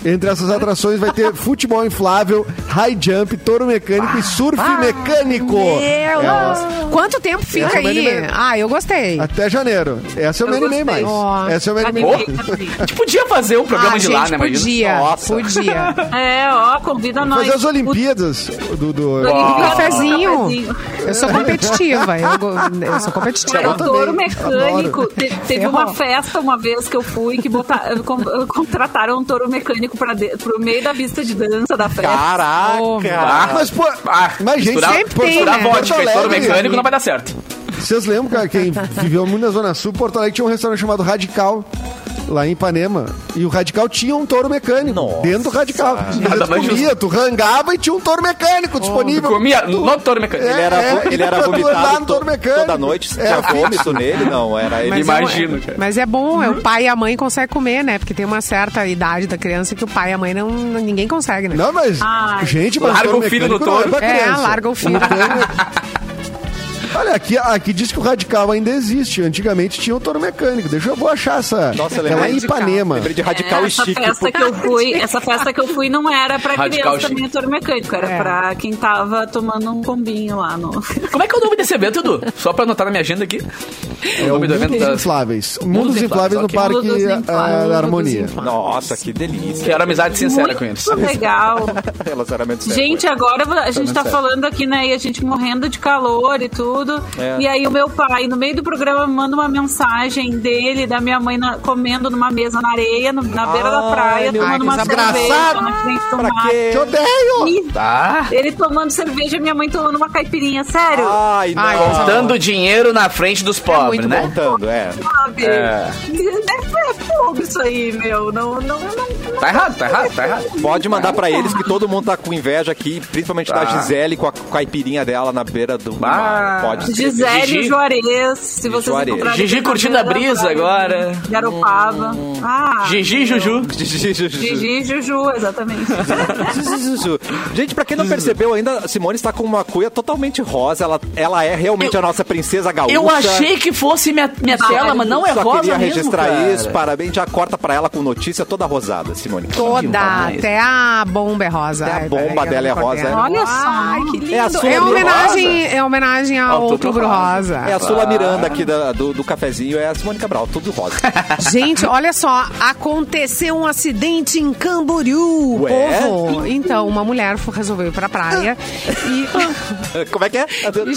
[SPEAKER 3] Entre essas atrações vai ter futebol inflável, high jump, touro mecânico e surf mecânico.
[SPEAKER 4] Ah.
[SPEAKER 3] É,
[SPEAKER 2] É,
[SPEAKER 4] Meu, quanto tempo
[SPEAKER 3] Essa
[SPEAKER 4] fica
[SPEAKER 3] é uma
[SPEAKER 4] aí?
[SPEAKER 3] anime.
[SPEAKER 4] Ah, eu gostei.
[SPEAKER 3] Até janeiro. Essa eu me
[SPEAKER 5] Eu
[SPEAKER 3] animei
[SPEAKER 5] gostei.
[SPEAKER 3] mais.
[SPEAKER 4] Ó.
[SPEAKER 3] Essa eu me animei
[SPEAKER 5] Adorei,
[SPEAKER 3] mais.
[SPEAKER 5] adorei.
[SPEAKER 2] A gente podia fazer o programa
[SPEAKER 4] ah,
[SPEAKER 2] de
[SPEAKER 4] gente,
[SPEAKER 2] lá, né, Marina?
[SPEAKER 4] podia,
[SPEAKER 1] Nossa.
[SPEAKER 4] podia.
[SPEAKER 5] É, ó, convida nós.
[SPEAKER 3] Fazer as Olimpíadas do. do...
[SPEAKER 5] O-
[SPEAKER 2] Ó.
[SPEAKER 4] Cafezinho.
[SPEAKER 3] Tá
[SPEAKER 4] Eu sou competitiva, eu, go- eu sou competitiva.
[SPEAKER 5] O touro mecânico.
[SPEAKER 3] Adoro.
[SPEAKER 5] Te- teve
[SPEAKER 4] Ferrou.
[SPEAKER 5] uma festa uma vez que eu fui que botar, com- contrataram um touro mecânico para pro meio da pista de dança da festa.
[SPEAKER 2] tá
[SPEAKER 4] Oh,
[SPEAKER 1] Caraca!
[SPEAKER 3] Mas, pô,
[SPEAKER 2] Ah,
[SPEAKER 3] mas, gente,
[SPEAKER 2] misturar,
[SPEAKER 4] sempre tem,
[SPEAKER 2] misturar
[SPEAKER 4] né?
[SPEAKER 2] vodka
[SPEAKER 3] Porto
[SPEAKER 2] e touro
[SPEAKER 3] Alegre.
[SPEAKER 2] mecânico não vai dar certo.
[SPEAKER 3] Vocês lembram, cara, quem viveu muito na Zona Sul, Porto Alegre tinha um restaurante chamado Radical, lá em Ipanema. E o Radical tinha um touro mecânico
[SPEAKER 1] Nossa. Ah.
[SPEAKER 3] dentro do Radical. Quer dizer,
[SPEAKER 2] Nada
[SPEAKER 3] tu
[SPEAKER 2] mais
[SPEAKER 3] comia, tu rangava e tinha um touro mecânico disponível.
[SPEAKER 2] Comia no touro mecânico.
[SPEAKER 1] Ele era,
[SPEAKER 3] É,
[SPEAKER 1] ele era
[SPEAKER 3] pra tu andar
[SPEAKER 1] vomitado
[SPEAKER 3] no touro
[SPEAKER 1] to-
[SPEAKER 3] mecânico.
[SPEAKER 1] toda noite.
[SPEAKER 3] É.
[SPEAKER 1] Tinha vômito nele? Não, era ele.
[SPEAKER 4] Mas
[SPEAKER 1] Imagina.
[SPEAKER 2] Imagino,
[SPEAKER 4] é,
[SPEAKER 2] cara.
[SPEAKER 4] Mas é bom, é, o pai e a mãe conseguem comer, né? Porque tem uma certa idade da criança que o pai e a mãe não. ninguém consegue, né?
[SPEAKER 3] Não, mas.
[SPEAKER 5] Ai.
[SPEAKER 3] Gente, mas
[SPEAKER 2] Larga o filho no
[SPEAKER 3] mecânico não
[SPEAKER 2] touro.
[SPEAKER 3] É, pra
[SPEAKER 4] É,
[SPEAKER 3] criança.
[SPEAKER 4] larga o filho.
[SPEAKER 3] Olha, aqui, aqui diz que o Radical ainda existe. Antigamente tinha um touro mecânico. Deixa eu vou achar essa.
[SPEAKER 1] Nossa,
[SPEAKER 3] ela é lá
[SPEAKER 1] lembrei
[SPEAKER 3] em
[SPEAKER 1] de
[SPEAKER 3] Ipanema.
[SPEAKER 1] Lembrei de radical e
[SPEAKER 5] É, essa
[SPEAKER 1] chique.
[SPEAKER 5] festa que eu fui, essa festa que eu fui não era pra
[SPEAKER 2] Radical
[SPEAKER 5] criança nem
[SPEAKER 2] chique.
[SPEAKER 5] ator mecânico, era
[SPEAKER 4] É.
[SPEAKER 5] pra quem tava tomando um combinho lá no.
[SPEAKER 2] Como é que é o nome desse evento, Edu? Só pra anotar na minha agenda aqui.
[SPEAKER 3] É o Mundo dos
[SPEAKER 2] da-
[SPEAKER 3] Infláveis. Mundo dos Infláveis no
[SPEAKER 2] ok.
[SPEAKER 3] Parque
[SPEAKER 5] Mundo dos Infláveis.
[SPEAKER 3] ah,
[SPEAKER 5] Mundo dos
[SPEAKER 3] da Harmonia.
[SPEAKER 1] Nossa, que delícia.
[SPEAKER 2] Quero amizade sincera com eles.
[SPEAKER 5] Muito legal.
[SPEAKER 1] Relacionamento sério.
[SPEAKER 5] Gente, agora a gente tá
[SPEAKER 1] certo.
[SPEAKER 5] falando aqui, né? E a gente morrendo de calor e tudo.
[SPEAKER 1] É.
[SPEAKER 5] E aí o meu pai, no meio do programa, manda uma mensagem dele, da minha mãe na- comendo numa mesa na areia, no- na beira da
[SPEAKER 1] Ai,
[SPEAKER 5] praia,
[SPEAKER 1] meu
[SPEAKER 5] tomando
[SPEAKER 4] Deus.
[SPEAKER 5] uma cerveja
[SPEAKER 4] Desgraçado.
[SPEAKER 5] na frente do
[SPEAKER 1] Pra
[SPEAKER 5] mar.
[SPEAKER 1] quê?
[SPEAKER 3] Te odeio!
[SPEAKER 5] E
[SPEAKER 2] Tá.
[SPEAKER 5] Ele tomando cerveja e minha mãe tomando uma caipirinha, sério?
[SPEAKER 1] Ai, não.
[SPEAKER 4] Ai,
[SPEAKER 2] Dando dinheiro na frente dos pobres,
[SPEAKER 4] muito
[SPEAKER 2] né?
[SPEAKER 1] Contando, é.
[SPEAKER 5] sabe?
[SPEAKER 2] É.
[SPEAKER 5] É fogo isso aí, meu. Não, não, não, não.
[SPEAKER 2] Tá errado, tá errado, tá errado.
[SPEAKER 1] Pode mandar pra eles que todo mundo tá com inveja aqui, principalmente da
[SPEAKER 2] Tá.
[SPEAKER 1] Gisele com a caipirinha dela na beira do mar. Pode escrever.
[SPEAKER 5] Gisele
[SPEAKER 2] Gigi.
[SPEAKER 5] Juarez, se vocês
[SPEAKER 1] Juarez.
[SPEAKER 5] encontrarem.
[SPEAKER 2] Gigi
[SPEAKER 5] na
[SPEAKER 2] curtindo a
[SPEAKER 5] beira da
[SPEAKER 2] brisa
[SPEAKER 5] praia
[SPEAKER 2] agora.
[SPEAKER 5] de Garopaba.
[SPEAKER 1] Hum.
[SPEAKER 5] Ah,
[SPEAKER 2] Gigi e Juju.
[SPEAKER 1] Gigi, Gigi, Gigi.
[SPEAKER 5] Gigi e Juju, exatamente.
[SPEAKER 1] Zuzu. Gente, pra quem não percebeu ainda, a Simone está com uma cuia totalmente rosa. Ela, ela é realmente
[SPEAKER 2] Eu-
[SPEAKER 1] a nossa princesa gaúcha.
[SPEAKER 2] Eu achei que fosse minha, minha tela, mas não é
[SPEAKER 1] Só
[SPEAKER 2] rosa
[SPEAKER 1] queria
[SPEAKER 2] mesmo,
[SPEAKER 1] registrar
[SPEAKER 2] cara.
[SPEAKER 1] isso. Parabéns. Já corta pra ela com notícia toda rosada, Simone.
[SPEAKER 4] Toda,
[SPEAKER 2] demais.
[SPEAKER 4] até a bomba é rosa.
[SPEAKER 1] Até a
[SPEAKER 4] Ai,
[SPEAKER 1] bomba
[SPEAKER 4] peraí, eu
[SPEAKER 1] dela é
[SPEAKER 4] não acordei.
[SPEAKER 1] rosa, é.
[SPEAKER 5] Olha só.
[SPEAKER 4] Ai, que lindo.
[SPEAKER 1] É a sua Ah,
[SPEAKER 4] É,
[SPEAKER 1] Outubro
[SPEAKER 4] homenagem, é homenagem ao
[SPEAKER 2] Outubro
[SPEAKER 4] Outubro
[SPEAKER 2] Rosa.
[SPEAKER 4] Rosa.
[SPEAKER 1] É a Sula Miranda aqui da- do, do cafezinho, é a Simone Cabral, tudo rosa.
[SPEAKER 4] Gente, olha só, aconteceu um acidente em Camboriú,
[SPEAKER 1] Ué?
[SPEAKER 4] povo. Então, uma mulher foi- resolveu ir pra praia e
[SPEAKER 1] Como é que é?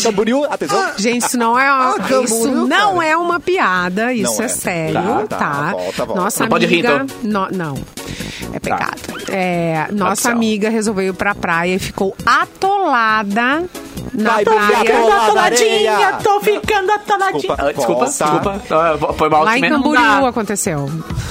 [SPEAKER 1] Camboriú, atenção.
[SPEAKER 4] Gente, isso não é uma,
[SPEAKER 3] Ah, Camboriú,
[SPEAKER 4] isso não
[SPEAKER 3] cara.
[SPEAKER 4] é uma piada, isso
[SPEAKER 1] Não
[SPEAKER 4] é,
[SPEAKER 1] é.
[SPEAKER 4] sério,
[SPEAKER 1] Tá,
[SPEAKER 4] tá?
[SPEAKER 1] tá, volta, volta.
[SPEAKER 4] Nossa
[SPEAKER 2] Não pode rir,
[SPEAKER 4] amiga,
[SPEAKER 2] então.
[SPEAKER 4] no- não. É pecado. É,
[SPEAKER 1] Tá
[SPEAKER 4] nossa amiga resolveu ir pra praia e ficou atolada na
[SPEAKER 1] Vai,
[SPEAKER 4] praia.
[SPEAKER 1] Bibi, atoladinha,
[SPEAKER 2] tô ficando atoladinha. Ah, Desculpa,
[SPEAKER 1] Desculpa,
[SPEAKER 2] desculpa.
[SPEAKER 1] volta.
[SPEAKER 2] desculpa. Ah, Foi mal
[SPEAKER 4] Lá em
[SPEAKER 2] também.
[SPEAKER 4] Camboriú
[SPEAKER 5] dá.
[SPEAKER 4] aconteceu.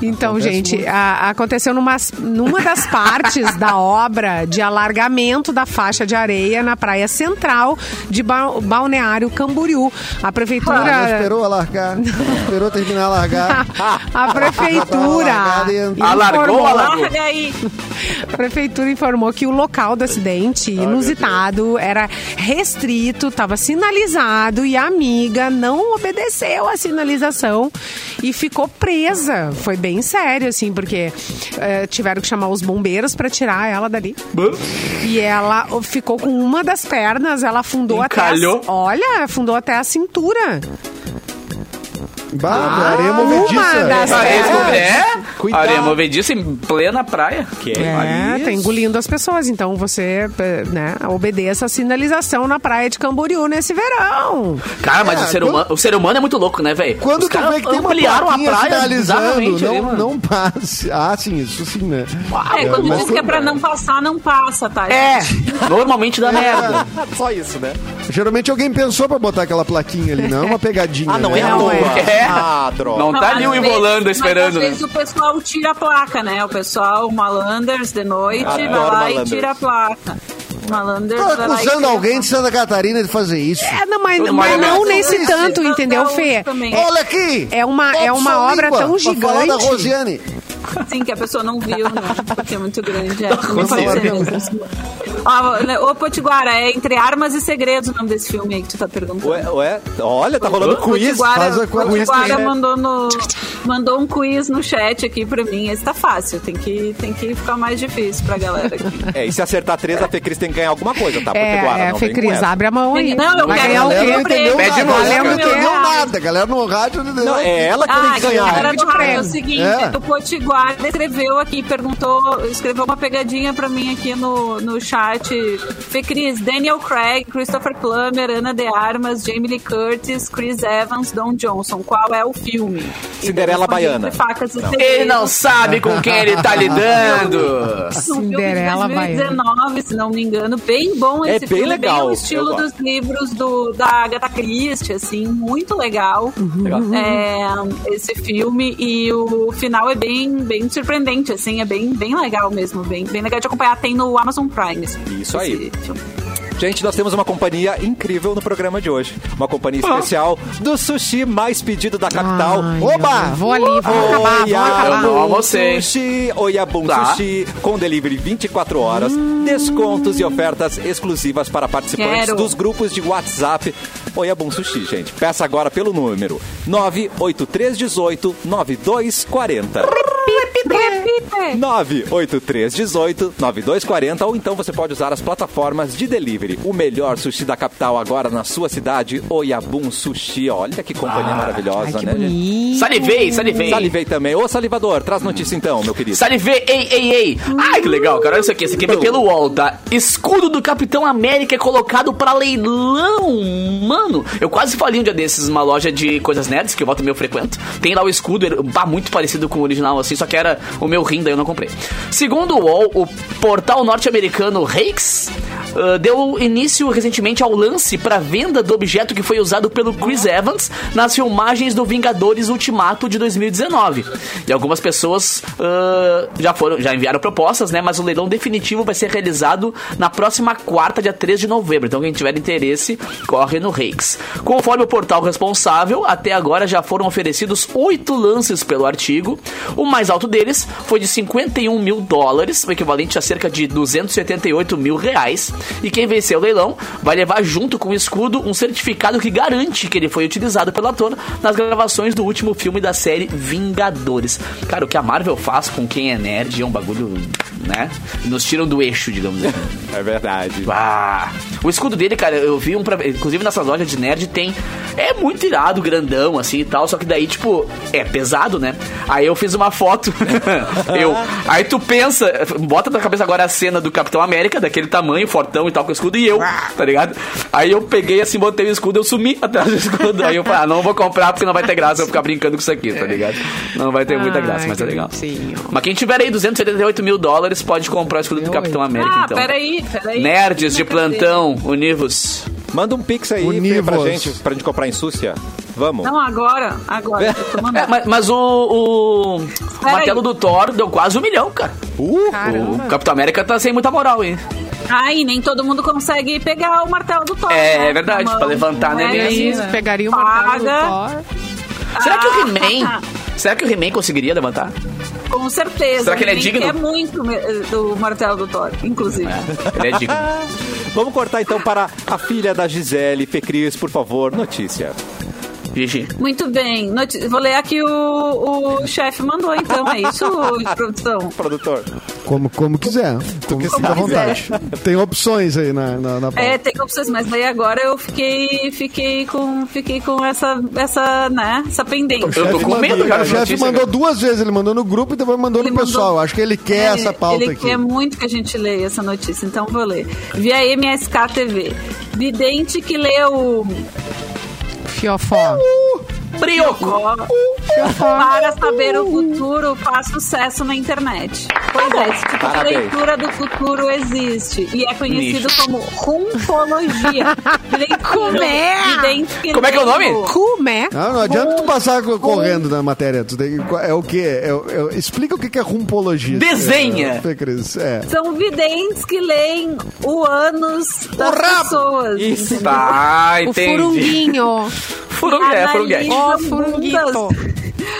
[SPEAKER 4] Então, gente, a- aconteceu numa, numa das partes da obra de alargamento da faixa de areia na praia central de Ba- Balneário Camboriú. A
[SPEAKER 1] Ah,
[SPEAKER 3] Não
[SPEAKER 4] prefeitura.
[SPEAKER 3] esperou alargar. Não esperou terminar a largar.
[SPEAKER 4] a prefeitura.
[SPEAKER 3] Alargada e entrou.
[SPEAKER 2] Alargou,
[SPEAKER 4] informou-
[SPEAKER 2] alargou.
[SPEAKER 5] Olha aí. É,
[SPEAKER 4] a prefeitura informou que o local do acidente inusitado era restrito, estava sinalizado e a amiga não obedeceu a sinalização e ficou presa. Foi bem sério, assim, porque eh, tiveram que chamar os bombeiros para tirar ela dali. E ela oh, ficou com uma das pernas, ela afundou
[SPEAKER 2] Encalhou.
[SPEAKER 4] até. A, olha, afundou até a cintura.
[SPEAKER 3] Bah, areia
[SPEAKER 4] uma das-
[SPEAKER 3] movediça.
[SPEAKER 2] Areia movediça. É,
[SPEAKER 1] Cuidado.
[SPEAKER 2] areia movediça em plena praia.
[SPEAKER 1] Que
[SPEAKER 4] É, tá engolindo as pessoas. Então você eh, né, obedeça a sinalização na praia de Camboriú nesse verão.
[SPEAKER 2] Cara, mas
[SPEAKER 3] É,
[SPEAKER 2] o, ser
[SPEAKER 3] quando-
[SPEAKER 2] humano, o ser humano é muito louco, né, velho?
[SPEAKER 3] Quando
[SPEAKER 2] Os
[SPEAKER 3] tu
[SPEAKER 2] caras
[SPEAKER 3] vê que tem uma
[SPEAKER 2] ampliaram a
[SPEAKER 3] plaquinha
[SPEAKER 2] praia
[SPEAKER 3] sinalizando,
[SPEAKER 2] bizarramente ali,
[SPEAKER 3] não,
[SPEAKER 2] mano.
[SPEAKER 3] não passe. Ah, sim, isso sim, né?
[SPEAKER 5] É, quando
[SPEAKER 3] mas
[SPEAKER 5] diz que é pra não passar, não passa, tá?
[SPEAKER 2] É, normalmente
[SPEAKER 3] É.
[SPEAKER 2] dá merda.
[SPEAKER 1] Só isso, né?
[SPEAKER 3] Geralmente alguém pensou pra botar aquela plaquinha ali, não é uma pegadinha.
[SPEAKER 1] Ah, não é à
[SPEAKER 3] né?
[SPEAKER 4] Não
[SPEAKER 1] toa.
[SPEAKER 2] é.
[SPEAKER 1] Ah, droga.
[SPEAKER 2] Não tá
[SPEAKER 5] Às
[SPEAKER 2] ali o
[SPEAKER 5] vezes-
[SPEAKER 2] Ivolanda
[SPEAKER 5] mas
[SPEAKER 2] esperando,
[SPEAKER 5] Às
[SPEAKER 2] né?
[SPEAKER 5] vezes o pessoal tira a placa, né? O pessoal, o malanders de noite,
[SPEAKER 1] Adoro
[SPEAKER 5] vai lá
[SPEAKER 1] malanders.
[SPEAKER 5] e tira a placa. O malanders
[SPEAKER 3] Tô
[SPEAKER 5] vai lá e
[SPEAKER 3] acusando
[SPEAKER 5] tira a
[SPEAKER 3] alguém
[SPEAKER 5] placa.
[SPEAKER 3] de Santa Catarina de fazer isso.
[SPEAKER 4] É, não, mas,
[SPEAKER 2] Tudo
[SPEAKER 4] mas
[SPEAKER 2] mais
[SPEAKER 4] não
[SPEAKER 2] legal.
[SPEAKER 4] nesse tanto, entendeu, Fê?
[SPEAKER 5] Também.
[SPEAKER 3] Olha aqui!
[SPEAKER 4] É uma- é uma
[SPEAKER 3] Robson
[SPEAKER 4] obra
[SPEAKER 3] Língua,
[SPEAKER 4] tão
[SPEAKER 3] pra Falar da
[SPEAKER 4] gigante.
[SPEAKER 3] Rosiane.
[SPEAKER 5] Sim, tipo assim, que a pessoa não viu, né? Porque é muito grande. É. Não
[SPEAKER 2] sei.
[SPEAKER 5] pode ser mesmo. Ó, né, Ô, Potiguara, é Entre Armas e Segredos o nome desse filme aí que tu tá perguntando.
[SPEAKER 1] Ué, ué, olha, tá rolando quiz.
[SPEAKER 5] Potiguara,
[SPEAKER 3] faz a quiz,
[SPEAKER 5] Potiguara
[SPEAKER 3] né?
[SPEAKER 5] mandou, no, mandou um quiz no chat aqui pra mim. Esse tá fácil, tem que, tem que ficar mais difícil pra galera aqui.
[SPEAKER 1] É, e se acertar três, a Fecris tem que ganhar alguma coisa, tá?
[SPEAKER 4] É,
[SPEAKER 1] Potiguara,
[SPEAKER 4] é
[SPEAKER 1] não
[SPEAKER 4] Fê
[SPEAKER 1] vem
[SPEAKER 4] Cris,
[SPEAKER 1] com essa.
[SPEAKER 4] abre a mão aí.
[SPEAKER 5] Não, eu
[SPEAKER 4] Vai
[SPEAKER 5] quero
[SPEAKER 4] ganhar o
[SPEAKER 3] A galera não
[SPEAKER 5] eu
[SPEAKER 4] quê?
[SPEAKER 3] entendeu
[SPEAKER 2] Pede
[SPEAKER 3] nada. A galera
[SPEAKER 4] novo,
[SPEAKER 3] não
[SPEAKER 4] cara.
[SPEAKER 3] entendeu nada. A galera no rádio não entendeu
[SPEAKER 1] Não, é ela que
[SPEAKER 5] Ah,
[SPEAKER 1] tem que ganhar.
[SPEAKER 5] galera
[SPEAKER 4] de
[SPEAKER 5] do rádio,
[SPEAKER 4] prêmio.
[SPEAKER 5] é o seguinte,
[SPEAKER 3] É.
[SPEAKER 5] o Potiguara escreveu aqui, perguntou, escreveu uma pegadinha pra mim aqui no, no chat. Fê Cris, Daniel Craig, Christopher Plummer, Ana de Armas, Jamie Lee Curtis, Chris Evans, Don Johnson. Qual é o filme? E
[SPEAKER 1] Cinderela
[SPEAKER 5] daí
[SPEAKER 1] Baiana.
[SPEAKER 5] respondi, Entre Facas e
[SPEAKER 2] Ele
[SPEAKER 5] Segredos.
[SPEAKER 2] não sabe com quem ele tá lidando.
[SPEAKER 5] Um filme de
[SPEAKER 4] Cinderela Baiana.
[SPEAKER 5] 2019, se não me engano, bem bom
[SPEAKER 1] É
[SPEAKER 5] esse
[SPEAKER 1] bem
[SPEAKER 5] filme,
[SPEAKER 1] legal,
[SPEAKER 5] bem o
[SPEAKER 1] eu
[SPEAKER 5] estilo
[SPEAKER 1] gosto.
[SPEAKER 5] dos livros do, da Agatha Christie, assim, muito legal.
[SPEAKER 1] Uhum. Legal.
[SPEAKER 5] É, esse filme e o final é bem, bem surpreendente, assim, é bem, bem legal mesmo, bem, bem legal de acompanhar. Tem no Amazon Prime. esse-
[SPEAKER 1] Isso aí.
[SPEAKER 5] esse filme.
[SPEAKER 1] Gente, nós temos uma companhia incrível no programa de hoje. Uma companhia especial do sushi mais pedido da capital.
[SPEAKER 4] Ai,
[SPEAKER 1] Oba!
[SPEAKER 4] meu, Vou ali, vou acabar, vou acabar.
[SPEAKER 2] Eu não almocei.
[SPEAKER 1] Sushi, Oiabum
[SPEAKER 2] Tá.
[SPEAKER 1] Sushi, com delivery 24 horas,
[SPEAKER 4] Hum.
[SPEAKER 1] descontos e ofertas exclusivas para participantes
[SPEAKER 5] Quero.
[SPEAKER 1] dos grupos de WhatsApp Oiabum Sushi, gente. Peça agora pelo número 98318 9240. 98318 9240 ou então você pode usar as plataformas de delivery. O melhor sushi da capital agora na sua cidade, Oiabum Sushi. Olha que companhia
[SPEAKER 4] Ah, Ai,
[SPEAKER 1] maravilhosa,
[SPEAKER 4] que
[SPEAKER 1] né, gente?
[SPEAKER 4] bonito.
[SPEAKER 2] Salivei, salivei.
[SPEAKER 1] Salivei também. Ô, Salivador, traz notícia então, meu querido.
[SPEAKER 2] Salivei, ei, ei, ei. Ai, que legal, cara. Olha isso aqui. Esse aqui é pelo UOL, tá? Escudo do Capitão América é colocado pra leilão. Mano, eu quase falei um dia desses, uma loja de coisas nerds, que eu volto meio frequento. Tem lá o escudo, ele- bah, muito parecido com o original, assim, só que era o meu rim, daí eu não comprei. Segundo o UOL, o portal norte-americano Rakes ah, deu início recentemente ao lance pra venda do objeto que foi usado pelo Chris Evans nas filmagens do Vingadores Ultimato de 2019. E algumas pessoas ah, já foram, já enviaram propostas, né? Mas o leilão definitivo vai ser realizado na próxima quarta, dia 3 de novembro. Então quem tiver interesse, corre no Rakes. Conforme o portal responsável, até agora já foram oferecidos oito lances pelo artigo. O mais alto deles foi de 51 mil dólares, o equivalente a cerca de 278 mil reais. E quem vencer o leilão vai levar junto com o escudo um certificado que garante que ele foi utilizado pelo ator nas gravações do último filme da série Vingadores. Cara, o que a Marvel faz com quem é nerd é um bagulho, né? Nos tiram do eixo, digamos assim.
[SPEAKER 1] É verdade.
[SPEAKER 2] Ah, o escudo dele, cara, eu vi um pra... Inclusive nessas lojas de nerd tem. É muito irado, grandão, assim e tal. Só que daí, tipo, é pesado, né? Aí eu fiz uma foto. eu. Aí tu pensa, bota na cabeça agora a cena do Capitão América, daquele tamanho, fortão e tal, com o escudo, e eu, tá ligado? Aí eu peguei assim, botei o escudo, eu sumi atrás do escudo. Aí eu falei, ah, não vou comprar porque não vai ter graça eu ficar brincando com isso aqui, tá ligado? Não vai ter muita
[SPEAKER 4] Ai,
[SPEAKER 2] graça, mas é
[SPEAKER 4] que
[SPEAKER 2] legal.
[SPEAKER 4] bonitinho.
[SPEAKER 2] Mas quem tiver aí 278 mil dólares pode comprar o escudo do Capitão América,
[SPEAKER 5] Ah,
[SPEAKER 2] então.
[SPEAKER 5] peraí, peraí.
[SPEAKER 4] é
[SPEAKER 2] Nerds de
[SPEAKER 4] assim?
[SPEAKER 5] Não quer dizer.
[SPEAKER 2] plantão, univos.
[SPEAKER 1] Manda um pix aí Fê, pra
[SPEAKER 3] Univos.
[SPEAKER 1] gente, pra gente comprar em Súcia. Vamos.
[SPEAKER 5] Não, agora, agora. Eu tô
[SPEAKER 2] É,
[SPEAKER 5] mandando.
[SPEAKER 2] mas, mas o, o
[SPEAKER 5] Peraí.
[SPEAKER 2] martelo do Thor deu quase um milhão, cara.
[SPEAKER 1] Uh,
[SPEAKER 4] Caramba.
[SPEAKER 2] O Capitão América tá sem muita moral, hein?
[SPEAKER 5] Ai, nem todo mundo consegue pegar o martelo do Thor.
[SPEAKER 2] É,
[SPEAKER 5] né?
[SPEAKER 2] é verdade,
[SPEAKER 5] Na mão.
[SPEAKER 2] pra levantar né?
[SPEAKER 5] Não é
[SPEAKER 2] nele aí,
[SPEAKER 5] mesmo?
[SPEAKER 4] Isso, pegaria o martelo
[SPEAKER 5] Paga.
[SPEAKER 4] do Thor.
[SPEAKER 2] Será que o He-Man. Será que o He-Man conseguiria levantar?
[SPEAKER 5] Com certeza.
[SPEAKER 2] Será que ele é
[SPEAKER 5] Nem
[SPEAKER 2] digno?
[SPEAKER 5] quer muito me- do martelo do Thor, inclusive.
[SPEAKER 2] Ele é digno.
[SPEAKER 1] Vamos cortar então para a filha da Gisele, Fecris, por favor, notícia.
[SPEAKER 2] Gigi.
[SPEAKER 5] Muito bem. Noti- Vou ler aqui o, o chefe mandou, então. É isso, produção?
[SPEAKER 1] Produtor.
[SPEAKER 3] Como, como quiser. Como
[SPEAKER 1] que
[SPEAKER 3] fica
[SPEAKER 5] quiser.
[SPEAKER 3] à vontade. Tem opções aí na, na, na pauta.
[SPEAKER 5] É, tem opções, mas daí agora eu fiquei, fiquei com, fiquei com essa, essa, né, essa pendência.
[SPEAKER 2] Eu tô com medo, cara.
[SPEAKER 3] O
[SPEAKER 2] de
[SPEAKER 3] chefe
[SPEAKER 2] né, notícia,
[SPEAKER 3] mandou
[SPEAKER 2] cara.
[SPEAKER 3] duas vezes, ele mandou no grupo e depois mandou
[SPEAKER 5] Ele
[SPEAKER 3] no
[SPEAKER 5] mandou- É,
[SPEAKER 3] pessoal. Acho que ele quer É essa pauta
[SPEAKER 5] ele
[SPEAKER 3] aqui.
[SPEAKER 5] quer muito que a gente leia essa notícia, então vou ler. Via MSK TV. Vidente que leu
[SPEAKER 4] Fiofó.
[SPEAKER 2] Brioco.
[SPEAKER 5] Para saber o futuro, faz sucesso na internet. Pois é, esse tipo
[SPEAKER 1] Parabéns.
[SPEAKER 5] de leitura do futuro existe. E é conhecido
[SPEAKER 2] Lixo.
[SPEAKER 5] como rumpologia. Leitura
[SPEAKER 4] Como é?
[SPEAKER 5] identificando-
[SPEAKER 2] Como é que é o nome?
[SPEAKER 4] Cumé.
[SPEAKER 2] Ah,
[SPEAKER 3] Ah, Não, não adianta tu passar co- correndo na matéria. Tu tem- é o quê? É, é- explica o que que é rumpologia.
[SPEAKER 2] Desenha.
[SPEAKER 3] É, Fê Cris, é.
[SPEAKER 5] São videntes que leem o ânus das pessoas.
[SPEAKER 2] Isso. Tá,
[SPEAKER 4] O
[SPEAKER 2] entendi.
[SPEAKER 4] furunguinho.
[SPEAKER 2] Furungue. É, furungue.
[SPEAKER 5] Analisa
[SPEAKER 4] Ó, furunguito.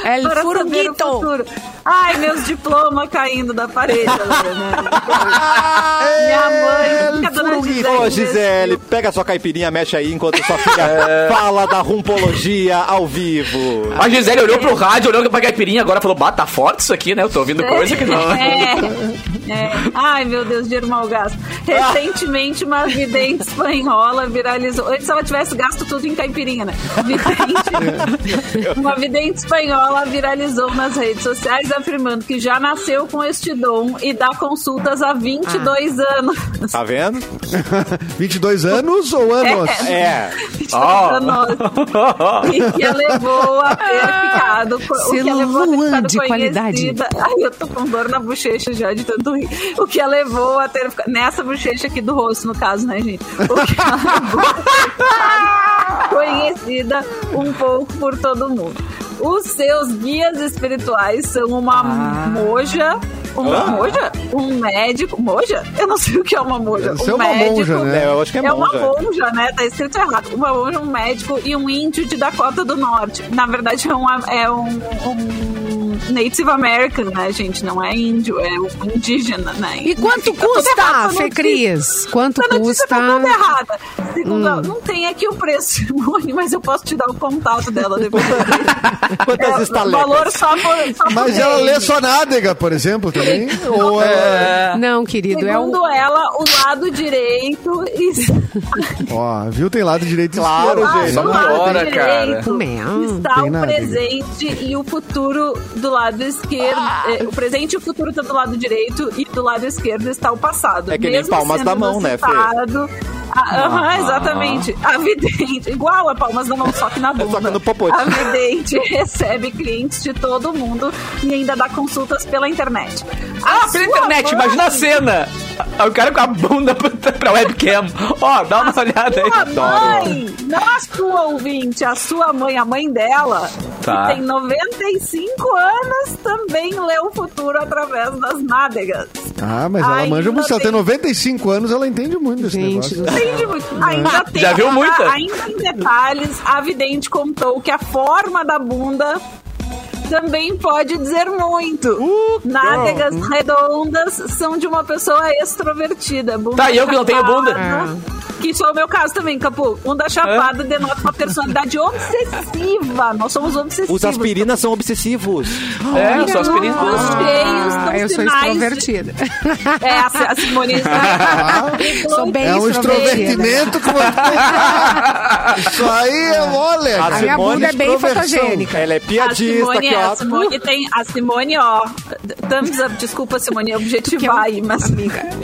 [SPEAKER 4] É
[SPEAKER 5] para saber o
[SPEAKER 4] furunguito.
[SPEAKER 5] futuro. Ai, meus diplomas caindo da parede. né? Alana. Minha mãe,
[SPEAKER 3] El
[SPEAKER 5] a dona
[SPEAKER 3] furunguito.
[SPEAKER 5] Gisele
[SPEAKER 1] É, Ô, Gisele, pega sua caipirinha, mexe aí enquanto sua filha fala da rumpologia ao vivo.
[SPEAKER 2] A Gisele olhou pro rádio, olhou pra caipirinha agora falou: Bah, tá forte isso aqui, né? Eu tô ouvindo coisa que não. é."
[SPEAKER 4] É,
[SPEAKER 5] É, é. Ai, meu Deus, dinheiro mal gasto. Recentemente, uma vidente espanhola viralizou. Antes ela tivesse gasto tudo em caipirinha, né? Vidente. uma vidente espanhola viralizou nas redes sociais afirmando que já nasceu com este dom e dá consultas há 22
[SPEAKER 2] Ah.
[SPEAKER 5] anos.
[SPEAKER 1] Tá vendo?
[SPEAKER 3] 22 anos ou anos?
[SPEAKER 1] É.
[SPEAKER 5] 22
[SPEAKER 2] Ó.
[SPEAKER 5] anos. tá E que a levou a ter ficado. co- o que a
[SPEAKER 4] Selo
[SPEAKER 5] levou a ter
[SPEAKER 4] Luan
[SPEAKER 5] ficado
[SPEAKER 4] de qualidade.
[SPEAKER 5] conhecida. Ai, eu tô com dor na bochecha já de tanto rir. O que a levou a ter ficado. Nessa bochecha aqui do rosto, no caso, né, gente? O que ela levou a ter ficado conhecida um pouco por todo mundo. Os seus guias espirituais são uma moja. Uma moja? Um médico. Moja? Eu não sei o que é uma moja.
[SPEAKER 3] Deve ser
[SPEAKER 5] um
[SPEAKER 3] uma
[SPEAKER 5] médico,
[SPEAKER 3] monja, né?
[SPEAKER 1] É, eu acho que é,
[SPEAKER 5] é uma
[SPEAKER 1] monja.
[SPEAKER 5] monja, né? Tá escrito errado. Uma monja, um médico e um índio de Dakota do Norte. Na verdade, é um, é um, um Native American, né, gente? Não é índio, é um indígena, né?
[SPEAKER 4] E quanto
[SPEAKER 5] Tá tudo errado,
[SPEAKER 4] custa,
[SPEAKER 5] essa
[SPEAKER 4] Fê
[SPEAKER 5] notícia.
[SPEAKER 4] Cris? Quanto
[SPEAKER 5] Essa notícia
[SPEAKER 4] custa? Hum.
[SPEAKER 5] tá toda errada. Segundo, ela, não tem aqui o preço, Simone, mas eu posso te dar o contato dela depois.
[SPEAKER 1] Quantas
[SPEAKER 5] É, o
[SPEAKER 1] estalecas?
[SPEAKER 5] valor só por, só por
[SPEAKER 3] Mas ela
[SPEAKER 5] mês.
[SPEAKER 3] lê só nádega, por exemplo, também? ou ela...
[SPEAKER 4] Não, querido, é
[SPEAKER 5] Segundo
[SPEAKER 4] o.
[SPEAKER 5] ela, o lado direito e
[SPEAKER 3] Ó, viu? Tem lado direito e
[SPEAKER 1] Claro,
[SPEAKER 3] esquerdo. é
[SPEAKER 1] gente.
[SPEAKER 5] Só
[SPEAKER 2] Não
[SPEAKER 5] do lado
[SPEAKER 2] piora,
[SPEAKER 5] direito
[SPEAKER 2] cara.
[SPEAKER 5] Está
[SPEAKER 3] Tem
[SPEAKER 5] o
[SPEAKER 3] nada.
[SPEAKER 5] presente e o futuro do lado esquerdo.
[SPEAKER 2] Ah!
[SPEAKER 5] É, o presente e o futuro estão do lado direito e do lado esquerdo está o passado.
[SPEAKER 1] É que nem
[SPEAKER 5] Mesmo
[SPEAKER 1] palmas
[SPEAKER 5] sendo
[SPEAKER 1] da mão, né, Fê?
[SPEAKER 5] citado- Ah, aham, exatamente. A vidente, igual a palmas da mão, só que na bunda.
[SPEAKER 1] É Só que no popote.
[SPEAKER 5] A vidente recebe clientes de todo mundo e ainda dá consultas pela internet.
[SPEAKER 2] Ah, pela
[SPEAKER 5] A sua
[SPEAKER 2] internet,
[SPEAKER 5] mãe-
[SPEAKER 2] imagina a cena. O cara com a bunda pra, pra webcam. Ó, dá uma olhada aí.
[SPEAKER 5] Sua mãe, não a sua ouvinte, a sua mãe, a mãe dela,
[SPEAKER 2] Tá.
[SPEAKER 5] que tem 95 anos, também lê o futuro através das nádegas.
[SPEAKER 3] Ah, mas ela
[SPEAKER 5] Ainda
[SPEAKER 3] manja muito. Se ela tem
[SPEAKER 5] tem-
[SPEAKER 3] 95 anos, ela entende muito desse
[SPEAKER 4] Gente
[SPEAKER 3] negócio.
[SPEAKER 4] do céu.
[SPEAKER 5] Entende muito. Ah, Ainda tem,
[SPEAKER 2] Já viu muita?
[SPEAKER 5] Ainda em detalhes, a vidente contou que a forma da bunda também pode dizer muito.
[SPEAKER 2] Uh,
[SPEAKER 5] nádegas redondas são de uma pessoa extrovertida. Bunda
[SPEAKER 2] Tá, e eu que não tenho
[SPEAKER 5] chapada,
[SPEAKER 4] bunda.
[SPEAKER 5] Que isso é o meu caso também, Capu. Bunda chapada denota uma personalidade obsessiva. Nós somos obsessivos.
[SPEAKER 1] Os aspirinas são obsessivos.
[SPEAKER 2] É, só as
[SPEAKER 5] Os
[SPEAKER 2] peritas.
[SPEAKER 5] cheios são
[SPEAKER 4] Ah, eu sou
[SPEAKER 5] sinais de-
[SPEAKER 4] extrovertida.
[SPEAKER 5] É, a, a Simone Então,
[SPEAKER 4] Sou bem
[SPEAKER 3] É um
[SPEAKER 4] extrovertida.
[SPEAKER 3] extrovertimento que você- Isso aí é mole.
[SPEAKER 1] Ah, A
[SPEAKER 3] cara.
[SPEAKER 4] minha
[SPEAKER 1] Simone
[SPEAKER 4] bunda é bem
[SPEAKER 1] extroversão.
[SPEAKER 4] fotogênica.
[SPEAKER 1] Ela é
[SPEAKER 5] A
[SPEAKER 1] piadista
[SPEAKER 5] Simone,
[SPEAKER 1] aqui,
[SPEAKER 5] é, a
[SPEAKER 1] ó.
[SPEAKER 5] Simone tem. A Simone, ó. Thumbs up, desculpa, Simone, objetivar aí, mas.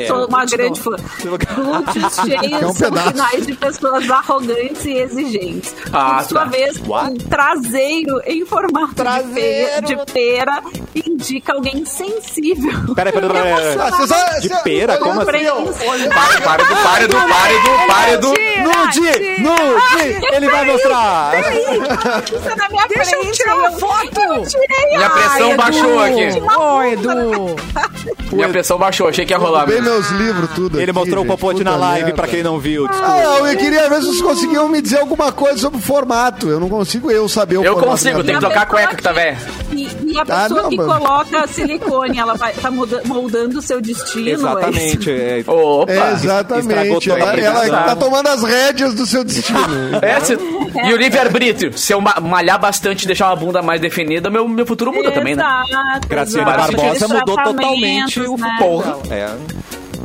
[SPEAKER 5] Sou uma grande fã. Glúteos cheios são
[SPEAKER 3] pedaço.
[SPEAKER 5] sinais de pessoas arrogantes e exigentes.
[SPEAKER 2] Ah,
[SPEAKER 5] Por sua
[SPEAKER 2] tá.
[SPEAKER 5] vez, um traseiro em formato de, pe- de pera indica alguém sensível.
[SPEAKER 1] Peraí, peraí, peraí, peraí.
[SPEAKER 3] Ah, vocês- ah,
[SPEAKER 1] De
[SPEAKER 3] vocês-
[SPEAKER 1] pera? Como assim?
[SPEAKER 7] Pare, pare do, pare do, pare do, pare do.
[SPEAKER 1] Nude! Nude! Ele vai mostrar!
[SPEAKER 5] Isso na minha
[SPEAKER 4] Deixa eu
[SPEAKER 5] frente,
[SPEAKER 4] tirar uma
[SPEAKER 5] eu-
[SPEAKER 4] foto.
[SPEAKER 5] eu tirei.
[SPEAKER 7] Minha pressão
[SPEAKER 5] Ai, Edu.
[SPEAKER 7] baixou aqui.
[SPEAKER 4] Ô, Edu.
[SPEAKER 7] Minha pressão baixou, achei que ia rolar.
[SPEAKER 3] Roubei
[SPEAKER 7] mesmo.
[SPEAKER 3] meus livros, tudo.
[SPEAKER 1] Ele
[SPEAKER 3] aqui,
[SPEAKER 1] mostrou o
[SPEAKER 3] gente.
[SPEAKER 1] popote na
[SPEAKER 3] Puta
[SPEAKER 1] live
[SPEAKER 3] merda.
[SPEAKER 1] pra quem não viu. Desculpa.
[SPEAKER 3] Ah, eu queria ver se vocês conseguiam me dizer alguma coisa sobre o formato. Eu não consigo eu saber o
[SPEAKER 7] Eu
[SPEAKER 3] formato.
[SPEAKER 7] consigo, tem
[SPEAKER 5] E
[SPEAKER 7] que
[SPEAKER 5] a
[SPEAKER 7] trocar a
[SPEAKER 5] pessoa
[SPEAKER 7] cueca que tá velha.
[SPEAKER 5] E, e a
[SPEAKER 3] Tá,
[SPEAKER 5] pessoa
[SPEAKER 3] não,
[SPEAKER 5] que
[SPEAKER 3] mano.
[SPEAKER 5] coloca silicone, ela vai, tá muda- moldando o seu destino. é isso?
[SPEAKER 1] Exatamente. é.
[SPEAKER 7] Opa!
[SPEAKER 3] É,
[SPEAKER 1] estragou
[SPEAKER 3] Exatamente.
[SPEAKER 1] toda a
[SPEAKER 3] Ela, ela
[SPEAKER 1] apresentação.
[SPEAKER 3] tá tomando as rédeas do seu destino.
[SPEAKER 7] É, se- E o livre-arbítrio. Se eu ma- malhar bastante e deixar uma bunda mais definida, meu, meu futuro muda também, né?
[SPEAKER 5] Exato,
[SPEAKER 1] Graciane
[SPEAKER 5] exato.
[SPEAKER 1] Barbosa
[SPEAKER 5] Aqueles
[SPEAKER 1] mudou totalmente o
[SPEAKER 5] tratamentos, né?
[SPEAKER 1] porra. É.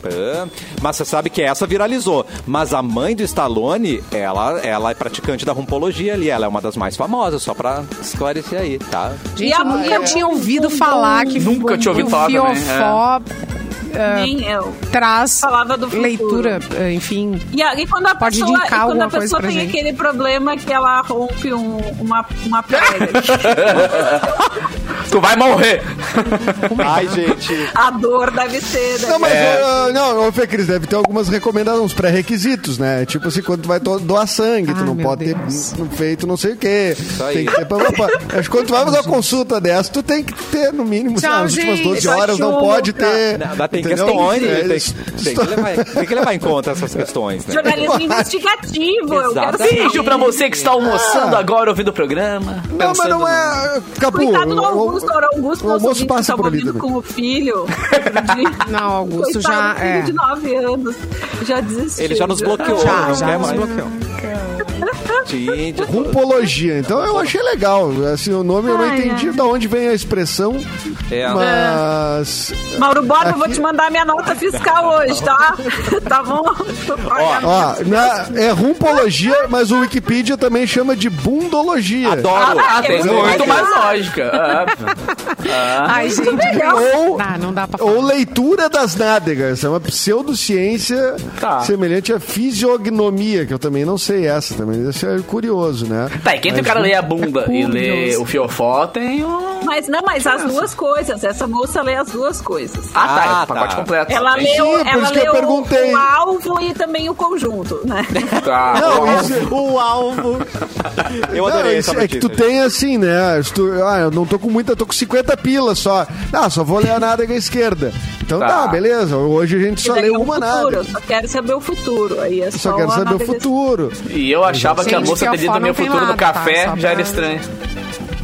[SPEAKER 1] Pã. Mas você sabe que essa viralizou. Mas a mãe do Stallone, ela, ela é praticante da rompologia ali. Ela é uma das mais famosas, só pra esclarecer aí, tá?
[SPEAKER 5] E
[SPEAKER 4] Gente,
[SPEAKER 5] a
[SPEAKER 4] eu nunca
[SPEAKER 5] mulher-
[SPEAKER 4] tinha ouvido falar que
[SPEAKER 7] Nunca tinha ouvido
[SPEAKER 4] o
[SPEAKER 7] falar também, é.
[SPEAKER 4] fiofó
[SPEAKER 5] Nem eu.
[SPEAKER 4] traz
[SPEAKER 5] Falava do futuro.
[SPEAKER 4] leitura, eh, enfim.
[SPEAKER 5] E, a- e quando a
[SPEAKER 4] Pode
[SPEAKER 5] pessoa, e
[SPEAKER 4] indicar
[SPEAKER 5] quando a
[SPEAKER 4] alguma coisa
[SPEAKER 5] pessoa
[SPEAKER 4] pra
[SPEAKER 5] tem
[SPEAKER 4] gente.
[SPEAKER 5] aquele problema que ela rompe um- uma, uma pele,
[SPEAKER 7] Tu vai morrer!
[SPEAKER 1] Ai, gente.
[SPEAKER 5] a dor deve ser. Deve
[SPEAKER 3] Não, mas,
[SPEAKER 1] É.
[SPEAKER 3] ô, ô, não, ô, Fê Cris, deve ter algumas recomendações, uns pré-requisitos, né? Tipo assim, quando tu vai to- doar sangue, tu
[SPEAKER 4] Ah,
[SPEAKER 3] não
[SPEAKER 4] meu
[SPEAKER 3] pode
[SPEAKER 4] Deus.
[SPEAKER 3] ter hum, feito não sei o quê.
[SPEAKER 1] aí.
[SPEAKER 3] Tem que ter... pá, pá, pá. Acho que quando tu vai fazer uma consulta dessa, tu tem que ter, no mínimo, sei lá,
[SPEAKER 4] Tchau,
[SPEAKER 3] nas últimas
[SPEAKER 4] gente.
[SPEAKER 3] 12 horas, não pode
[SPEAKER 1] Tá.
[SPEAKER 3] ter...
[SPEAKER 1] Ainda tem
[SPEAKER 3] entendeu?
[SPEAKER 1] questões, né?
[SPEAKER 3] É,
[SPEAKER 1] tem,
[SPEAKER 3] isso-
[SPEAKER 1] tem que levar, tem que levar em conta essas questões, né?
[SPEAKER 5] Jornalismo investigativo, eu quero
[SPEAKER 1] Exatamente.
[SPEAKER 5] saber.
[SPEAKER 7] Beijo pra você que está almoçando agora ouvindo o programa.
[SPEAKER 3] Ah. Não, mas não é... Capu,
[SPEAKER 5] Coitado do
[SPEAKER 3] o- o-
[SPEAKER 5] Augusto, o Augusto,
[SPEAKER 3] o
[SPEAKER 5] nosso
[SPEAKER 3] almoço
[SPEAKER 5] ouvinte,
[SPEAKER 3] passa
[SPEAKER 5] tava
[SPEAKER 3] por ali
[SPEAKER 5] ouvindo
[SPEAKER 3] também.
[SPEAKER 5] com o filho. outro dia.
[SPEAKER 4] Não, Augusto
[SPEAKER 5] Coitado
[SPEAKER 4] já
[SPEAKER 5] do filho
[SPEAKER 4] é.
[SPEAKER 5] de 9 anos, já desistiu.
[SPEAKER 1] Ele já nos bloqueou,
[SPEAKER 4] Já,
[SPEAKER 1] não
[SPEAKER 4] já
[SPEAKER 1] quer
[SPEAKER 4] nos
[SPEAKER 1] mais. Gente,
[SPEAKER 3] Rumpologia. Então eu achei legal. Assim, o nome eu não entendi de onde vem a expressão,
[SPEAKER 1] É.
[SPEAKER 3] mas...
[SPEAKER 5] Mauro Borba, eu vou
[SPEAKER 3] Aqui-
[SPEAKER 5] te mandar minha nota fiscal hoje, tá? tá bom?
[SPEAKER 3] Ó, na- é rumpologia, mas o Wikipedia também chama de bundologia.
[SPEAKER 1] adoro.
[SPEAKER 7] Ah, tem
[SPEAKER 5] É
[SPEAKER 7] muito,
[SPEAKER 5] muito
[SPEAKER 7] mais
[SPEAKER 5] mais
[SPEAKER 7] lógica. Ah,
[SPEAKER 4] Ai, gente, não
[SPEAKER 3] Ou,
[SPEAKER 4] dá, não dá pra
[SPEAKER 3] ou
[SPEAKER 4] falar.
[SPEAKER 3] leitura das nádegas. É uma pseudociência
[SPEAKER 7] Tá.
[SPEAKER 3] semelhante à fisiognomia, que eu também não sei essa também. Isso é curioso, né?
[SPEAKER 7] tá, e quem tem o
[SPEAKER 3] Mas
[SPEAKER 7] cara
[SPEAKER 3] não-
[SPEAKER 7] ler a bunda e ler
[SPEAKER 4] curioso.
[SPEAKER 7] o fiofó tem um.
[SPEAKER 5] Mas não, mas as duas coisas. Essa moça lê as duas coisas.
[SPEAKER 7] Ah, tá, é
[SPEAKER 1] Ah,
[SPEAKER 7] o pacote
[SPEAKER 1] tá.
[SPEAKER 7] completo.
[SPEAKER 5] Ela
[SPEAKER 7] Tem-
[SPEAKER 5] leu,
[SPEAKER 3] por
[SPEAKER 5] ela
[SPEAKER 3] isso que eu
[SPEAKER 5] leu
[SPEAKER 3] perguntei.
[SPEAKER 5] o alvo e também o conjunto, né?
[SPEAKER 7] Tá.
[SPEAKER 3] Não, isso,
[SPEAKER 1] O alvo. Eu
[SPEAKER 3] Não,
[SPEAKER 1] adorei
[SPEAKER 3] isso
[SPEAKER 1] essa
[SPEAKER 3] é que
[SPEAKER 1] notícia.
[SPEAKER 3] tu tem assim, né? Se tu- ah, eu não tô com muita, tô com 50 pilas só. Ah, só vou ler a nádega esquerda. Então
[SPEAKER 7] Tá.
[SPEAKER 3] tá, beleza. Hoje a gente só
[SPEAKER 5] Daí
[SPEAKER 3] leu
[SPEAKER 5] é o
[SPEAKER 3] uma
[SPEAKER 5] futuro,
[SPEAKER 3] nádega.
[SPEAKER 5] eu Só quero saber o futuro. Aí é
[SPEAKER 3] Só
[SPEAKER 5] só
[SPEAKER 3] quero
[SPEAKER 5] a
[SPEAKER 3] saber o
[SPEAKER 5] navega-
[SPEAKER 3] futuro.
[SPEAKER 7] E eu achava que a
[SPEAKER 4] Gente,
[SPEAKER 7] moça
[SPEAKER 4] fiofó
[SPEAKER 7] ter dito
[SPEAKER 4] não
[SPEAKER 7] meu
[SPEAKER 4] tem
[SPEAKER 7] futuro do
[SPEAKER 4] lado, tá?
[SPEAKER 7] café
[SPEAKER 4] Só
[SPEAKER 7] já era
[SPEAKER 4] pra-
[SPEAKER 7] estranho.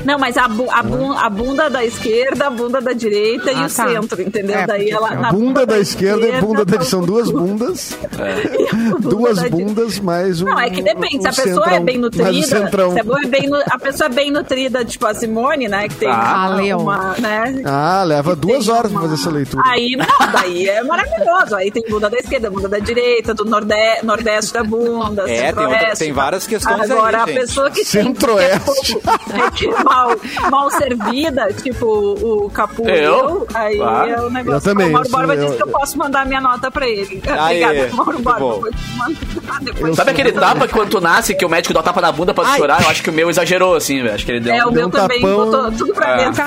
[SPEAKER 5] Não, mas a, bu- a, bun- a bunda da esquerda, a bunda da direita e
[SPEAKER 4] Ah,
[SPEAKER 5] o
[SPEAKER 4] tá.
[SPEAKER 5] centro, entendeu?
[SPEAKER 4] É,
[SPEAKER 5] Daí
[SPEAKER 4] porque
[SPEAKER 5] ela.
[SPEAKER 4] a
[SPEAKER 5] na
[SPEAKER 3] Bunda da esquerda e bunda da.
[SPEAKER 5] tá o
[SPEAKER 3] São duas
[SPEAKER 5] futuro.
[SPEAKER 3] bundas.
[SPEAKER 5] A bunda
[SPEAKER 3] Duas
[SPEAKER 5] da direita.
[SPEAKER 3] bundas mais um.
[SPEAKER 5] Não, é que depende. Se a
[SPEAKER 3] um
[SPEAKER 5] pessoa é
[SPEAKER 3] centrão,
[SPEAKER 5] bem
[SPEAKER 3] Mais um
[SPEAKER 5] nutrida,
[SPEAKER 3] centrão.
[SPEAKER 5] se a, pessoa é bem, nu- a pessoa é bem nutrida, tipo a Simone, né? Que tem
[SPEAKER 7] Ah,
[SPEAKER 5] uma,
[SPEAKER 4] Leon.
[SPEAKER 5] uma, né?
[SPEAKER 3] Ah, leva duas
[SPEAKER 5] tem
[SPEAKER 3] horas pra
[SPEAKER 5] uma-
[SPEAKER 3] fazer essa leitura.
[SPEAKER 5] Aí, não, daí é maravilhoso. Aí tem bunda da esquerda, bunda da direita, do norde- nordeste da bunda,
[SPEAKER 1] É, tem outra-
[SPEAKER 5] centro-oeste.
[SPEAKER 1] tem várias questões
[SPEAKER 5] Agora,
[SPEAKER 1] aí,
[SPEAKER 5] a
[SPEAKER 1] gente.
[SPEAKER 5] pessoa que tem
[SPEAKER 3] Centro-Oeste.
[SPEAKER 5] é que mal, mal servida, tipo o Capu e
[SPEAKER 7] Eu?
[SPEAKER 5] eu, aí
[SPEAKER 7] Claro.
[SPEAKER 5] é o negócio.
[SPEAKER 3] Eu também,
[SPEAKER 5] o Mauro
[SPEAKER 3] isso
[SPEAKER 5] Borba
[SPEAKER 3] eu-
[SPEAKER 5] disse que eu posso mandar minha nota pra ele.
[SPEAKER 1] Aê,
[SPEAKER 5] Obrigada, Mauro
[SPEAKER 1] muito
[SPEAKER 5] Borba.
[SPEAKER 1] bom.
[SPEAKER 5] Vou te mandar depois.
[SPEAKER 7] Sabe aquele tapa que quando tu nasce, que o médico dá tapa na bunda pra tu
[SPEAKER 1] Ai.
[SPEAKER 7] chorar? Eu acho que o meu exagerou, assim, velho. Acho que ele deu.
[SPEAKER 1] Então,
[SPEAKER 5] É, o
[SPEAKER 7] um-
[SPEAKER 5] meu
[SPEAKER 3] um
[SPEAKER 5] também
[SPEAKER 3] tapão.
[SPEAKER 5] botou tudo pra
[SPEAKER 7] É.
[SPEAKER 5] dentro.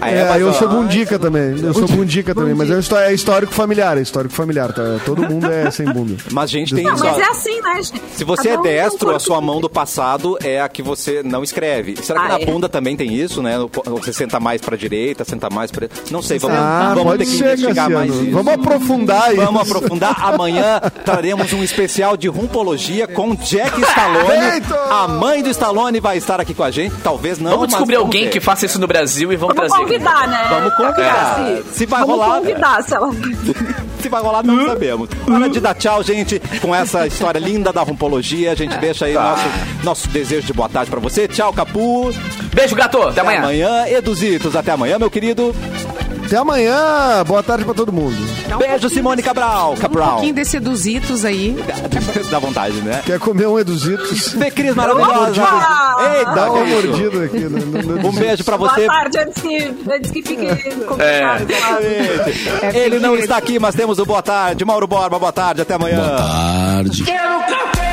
[SPEAKER 1] Ah,
[SPEAKER 3] É,
[SPEAKER 1] mas
[SPEAKER 3] eu
[SPEAKER 1] olha
[SPEAKER 3] sou
[SPEAKER 1] lá.
[SPEAKER 3] bundica também. Eu sou bundica também, mas é histó- é histórico familiar, é histórico familiar, tá? Todo mundo é sem bunda.
[SPEAKER 1] Mas, gente, tem
[SPEAKER 5] Não,
[SPEAKER 1] isso.
[SPEAKER 5] mas
[SPEAKER 1] ó.
[SPEAKER 5] é assim, né, gente?
[SPEAKER 1] Se
[SPEAKER 3] Ah,
[SPEAKER 1] você é
[SPEAKER 5] Cada um tem um
[SPEAKER 1] destro, a
[SPEAKER 5] corpo
[SPEAKER 1] sua mão do passado é a que você não escreve. Será que
[SPEAKER 5] Ah,
[SPEAKER 1] na
[SPEAKER 5] é.
[SPEAKER 1] bunda também tem isso, né? Você senta mais pra direita, senta mais pra... Não sei, vamos,
[SPEAKER 3] Ah,
[SPEAKER 1] vamos ter
[SPEAKER 3] pode
[SPEAKER 1] que
[SPEAKER 3] ser,
[SPEAKER 1] investigar mais
[SPEAKER 3] Cassiano.
[SPEAKER 1] isso.
[SPEAKER 3] Vamos aprofundar isso.
[SPEAKER 1] Vamos aprofundar. Amanhã traremos um especial de rumpologia com Jack
[SPEAKER 3] Perfeito!
[SPEAKER 1] Stallone. A mãe do Stallone vai estar aqui com a gente. Talvez não,
[SPEAKER 7] Vamos
[SPEAKER 1] mas
[SPEAKER 7] descobrir alguém
[SPEAKER 1] ver.
[SPEAKER 7] que faça isso no Brasil e vamos,
[SPEAKER 5] Vamos
[SPEAKER 7] trazer.
[SPEAKER 5] convidar, né?
[SPEAKER 1] tá Vamos convidar.
[SPEAKER 5] É.
[SPEAKER 1] Se vai
[SPEAKER 5] Vamos
[SPEAKER 1] rolar,
[SPEAKER 5] convidar, se ela...
[SPEAKER 1] Se vai rolar, não sabemos. Hora de dar tchau, gente, com essa história linda da rumpologia. A gente deixa aí nosso, nosso desejo de boa tarde pra você. Tchau, Capu.
[SPEAKER 7] Beijo, gato. Até
[SPEAKER 1] Até
[SPEAKER 7] amanhã.
[SPEAKER 1] amanhã. Eduzitos, até amanhã, meu querido.
[SPEAKER 3] Até amanhã. Boa tarde pra todo mundo.
[SPEAKER 4] Dá um
[SPEAKER 1] Beijo,
[SPEAKER 4] pouquinho
[SPEAKER 1] Simone
[SPEAKER 4] desse-
[SPEAKER 1] Cabral.
[SPEAKER 4] Um
[SPEAKER 1] Cabral.
[SPEAKER 4] pouquinho desse eduzitos aí.
[SPEAKER 1] Dá vontade, né?
[SPEAKER 3] Quer comer um eduzitos?
[SPEAKER 1] Fê Cris maravilhosa.
[SPEAKER 5] Opa!
[SPEAKER 1] Eita,
[SPEAKER 3] Dá uma
[SPEAKER 1] que isso.
[SPEAKER 3] mordida aqui. No, no- no
[SPEAKER 1] Um beijo pra você. É.
[SPEAKER 5] Boa tarde, antes que, antes que fique complicado.
[SPEAKER 4] é
[SPEAKER 1] Ele não está aqui, mas temos o boa tarde. Mauro Borba, boa tarde, até amanhã.
[SPEAKER 8] Tarde.
[SPEAKER 6] Quero café!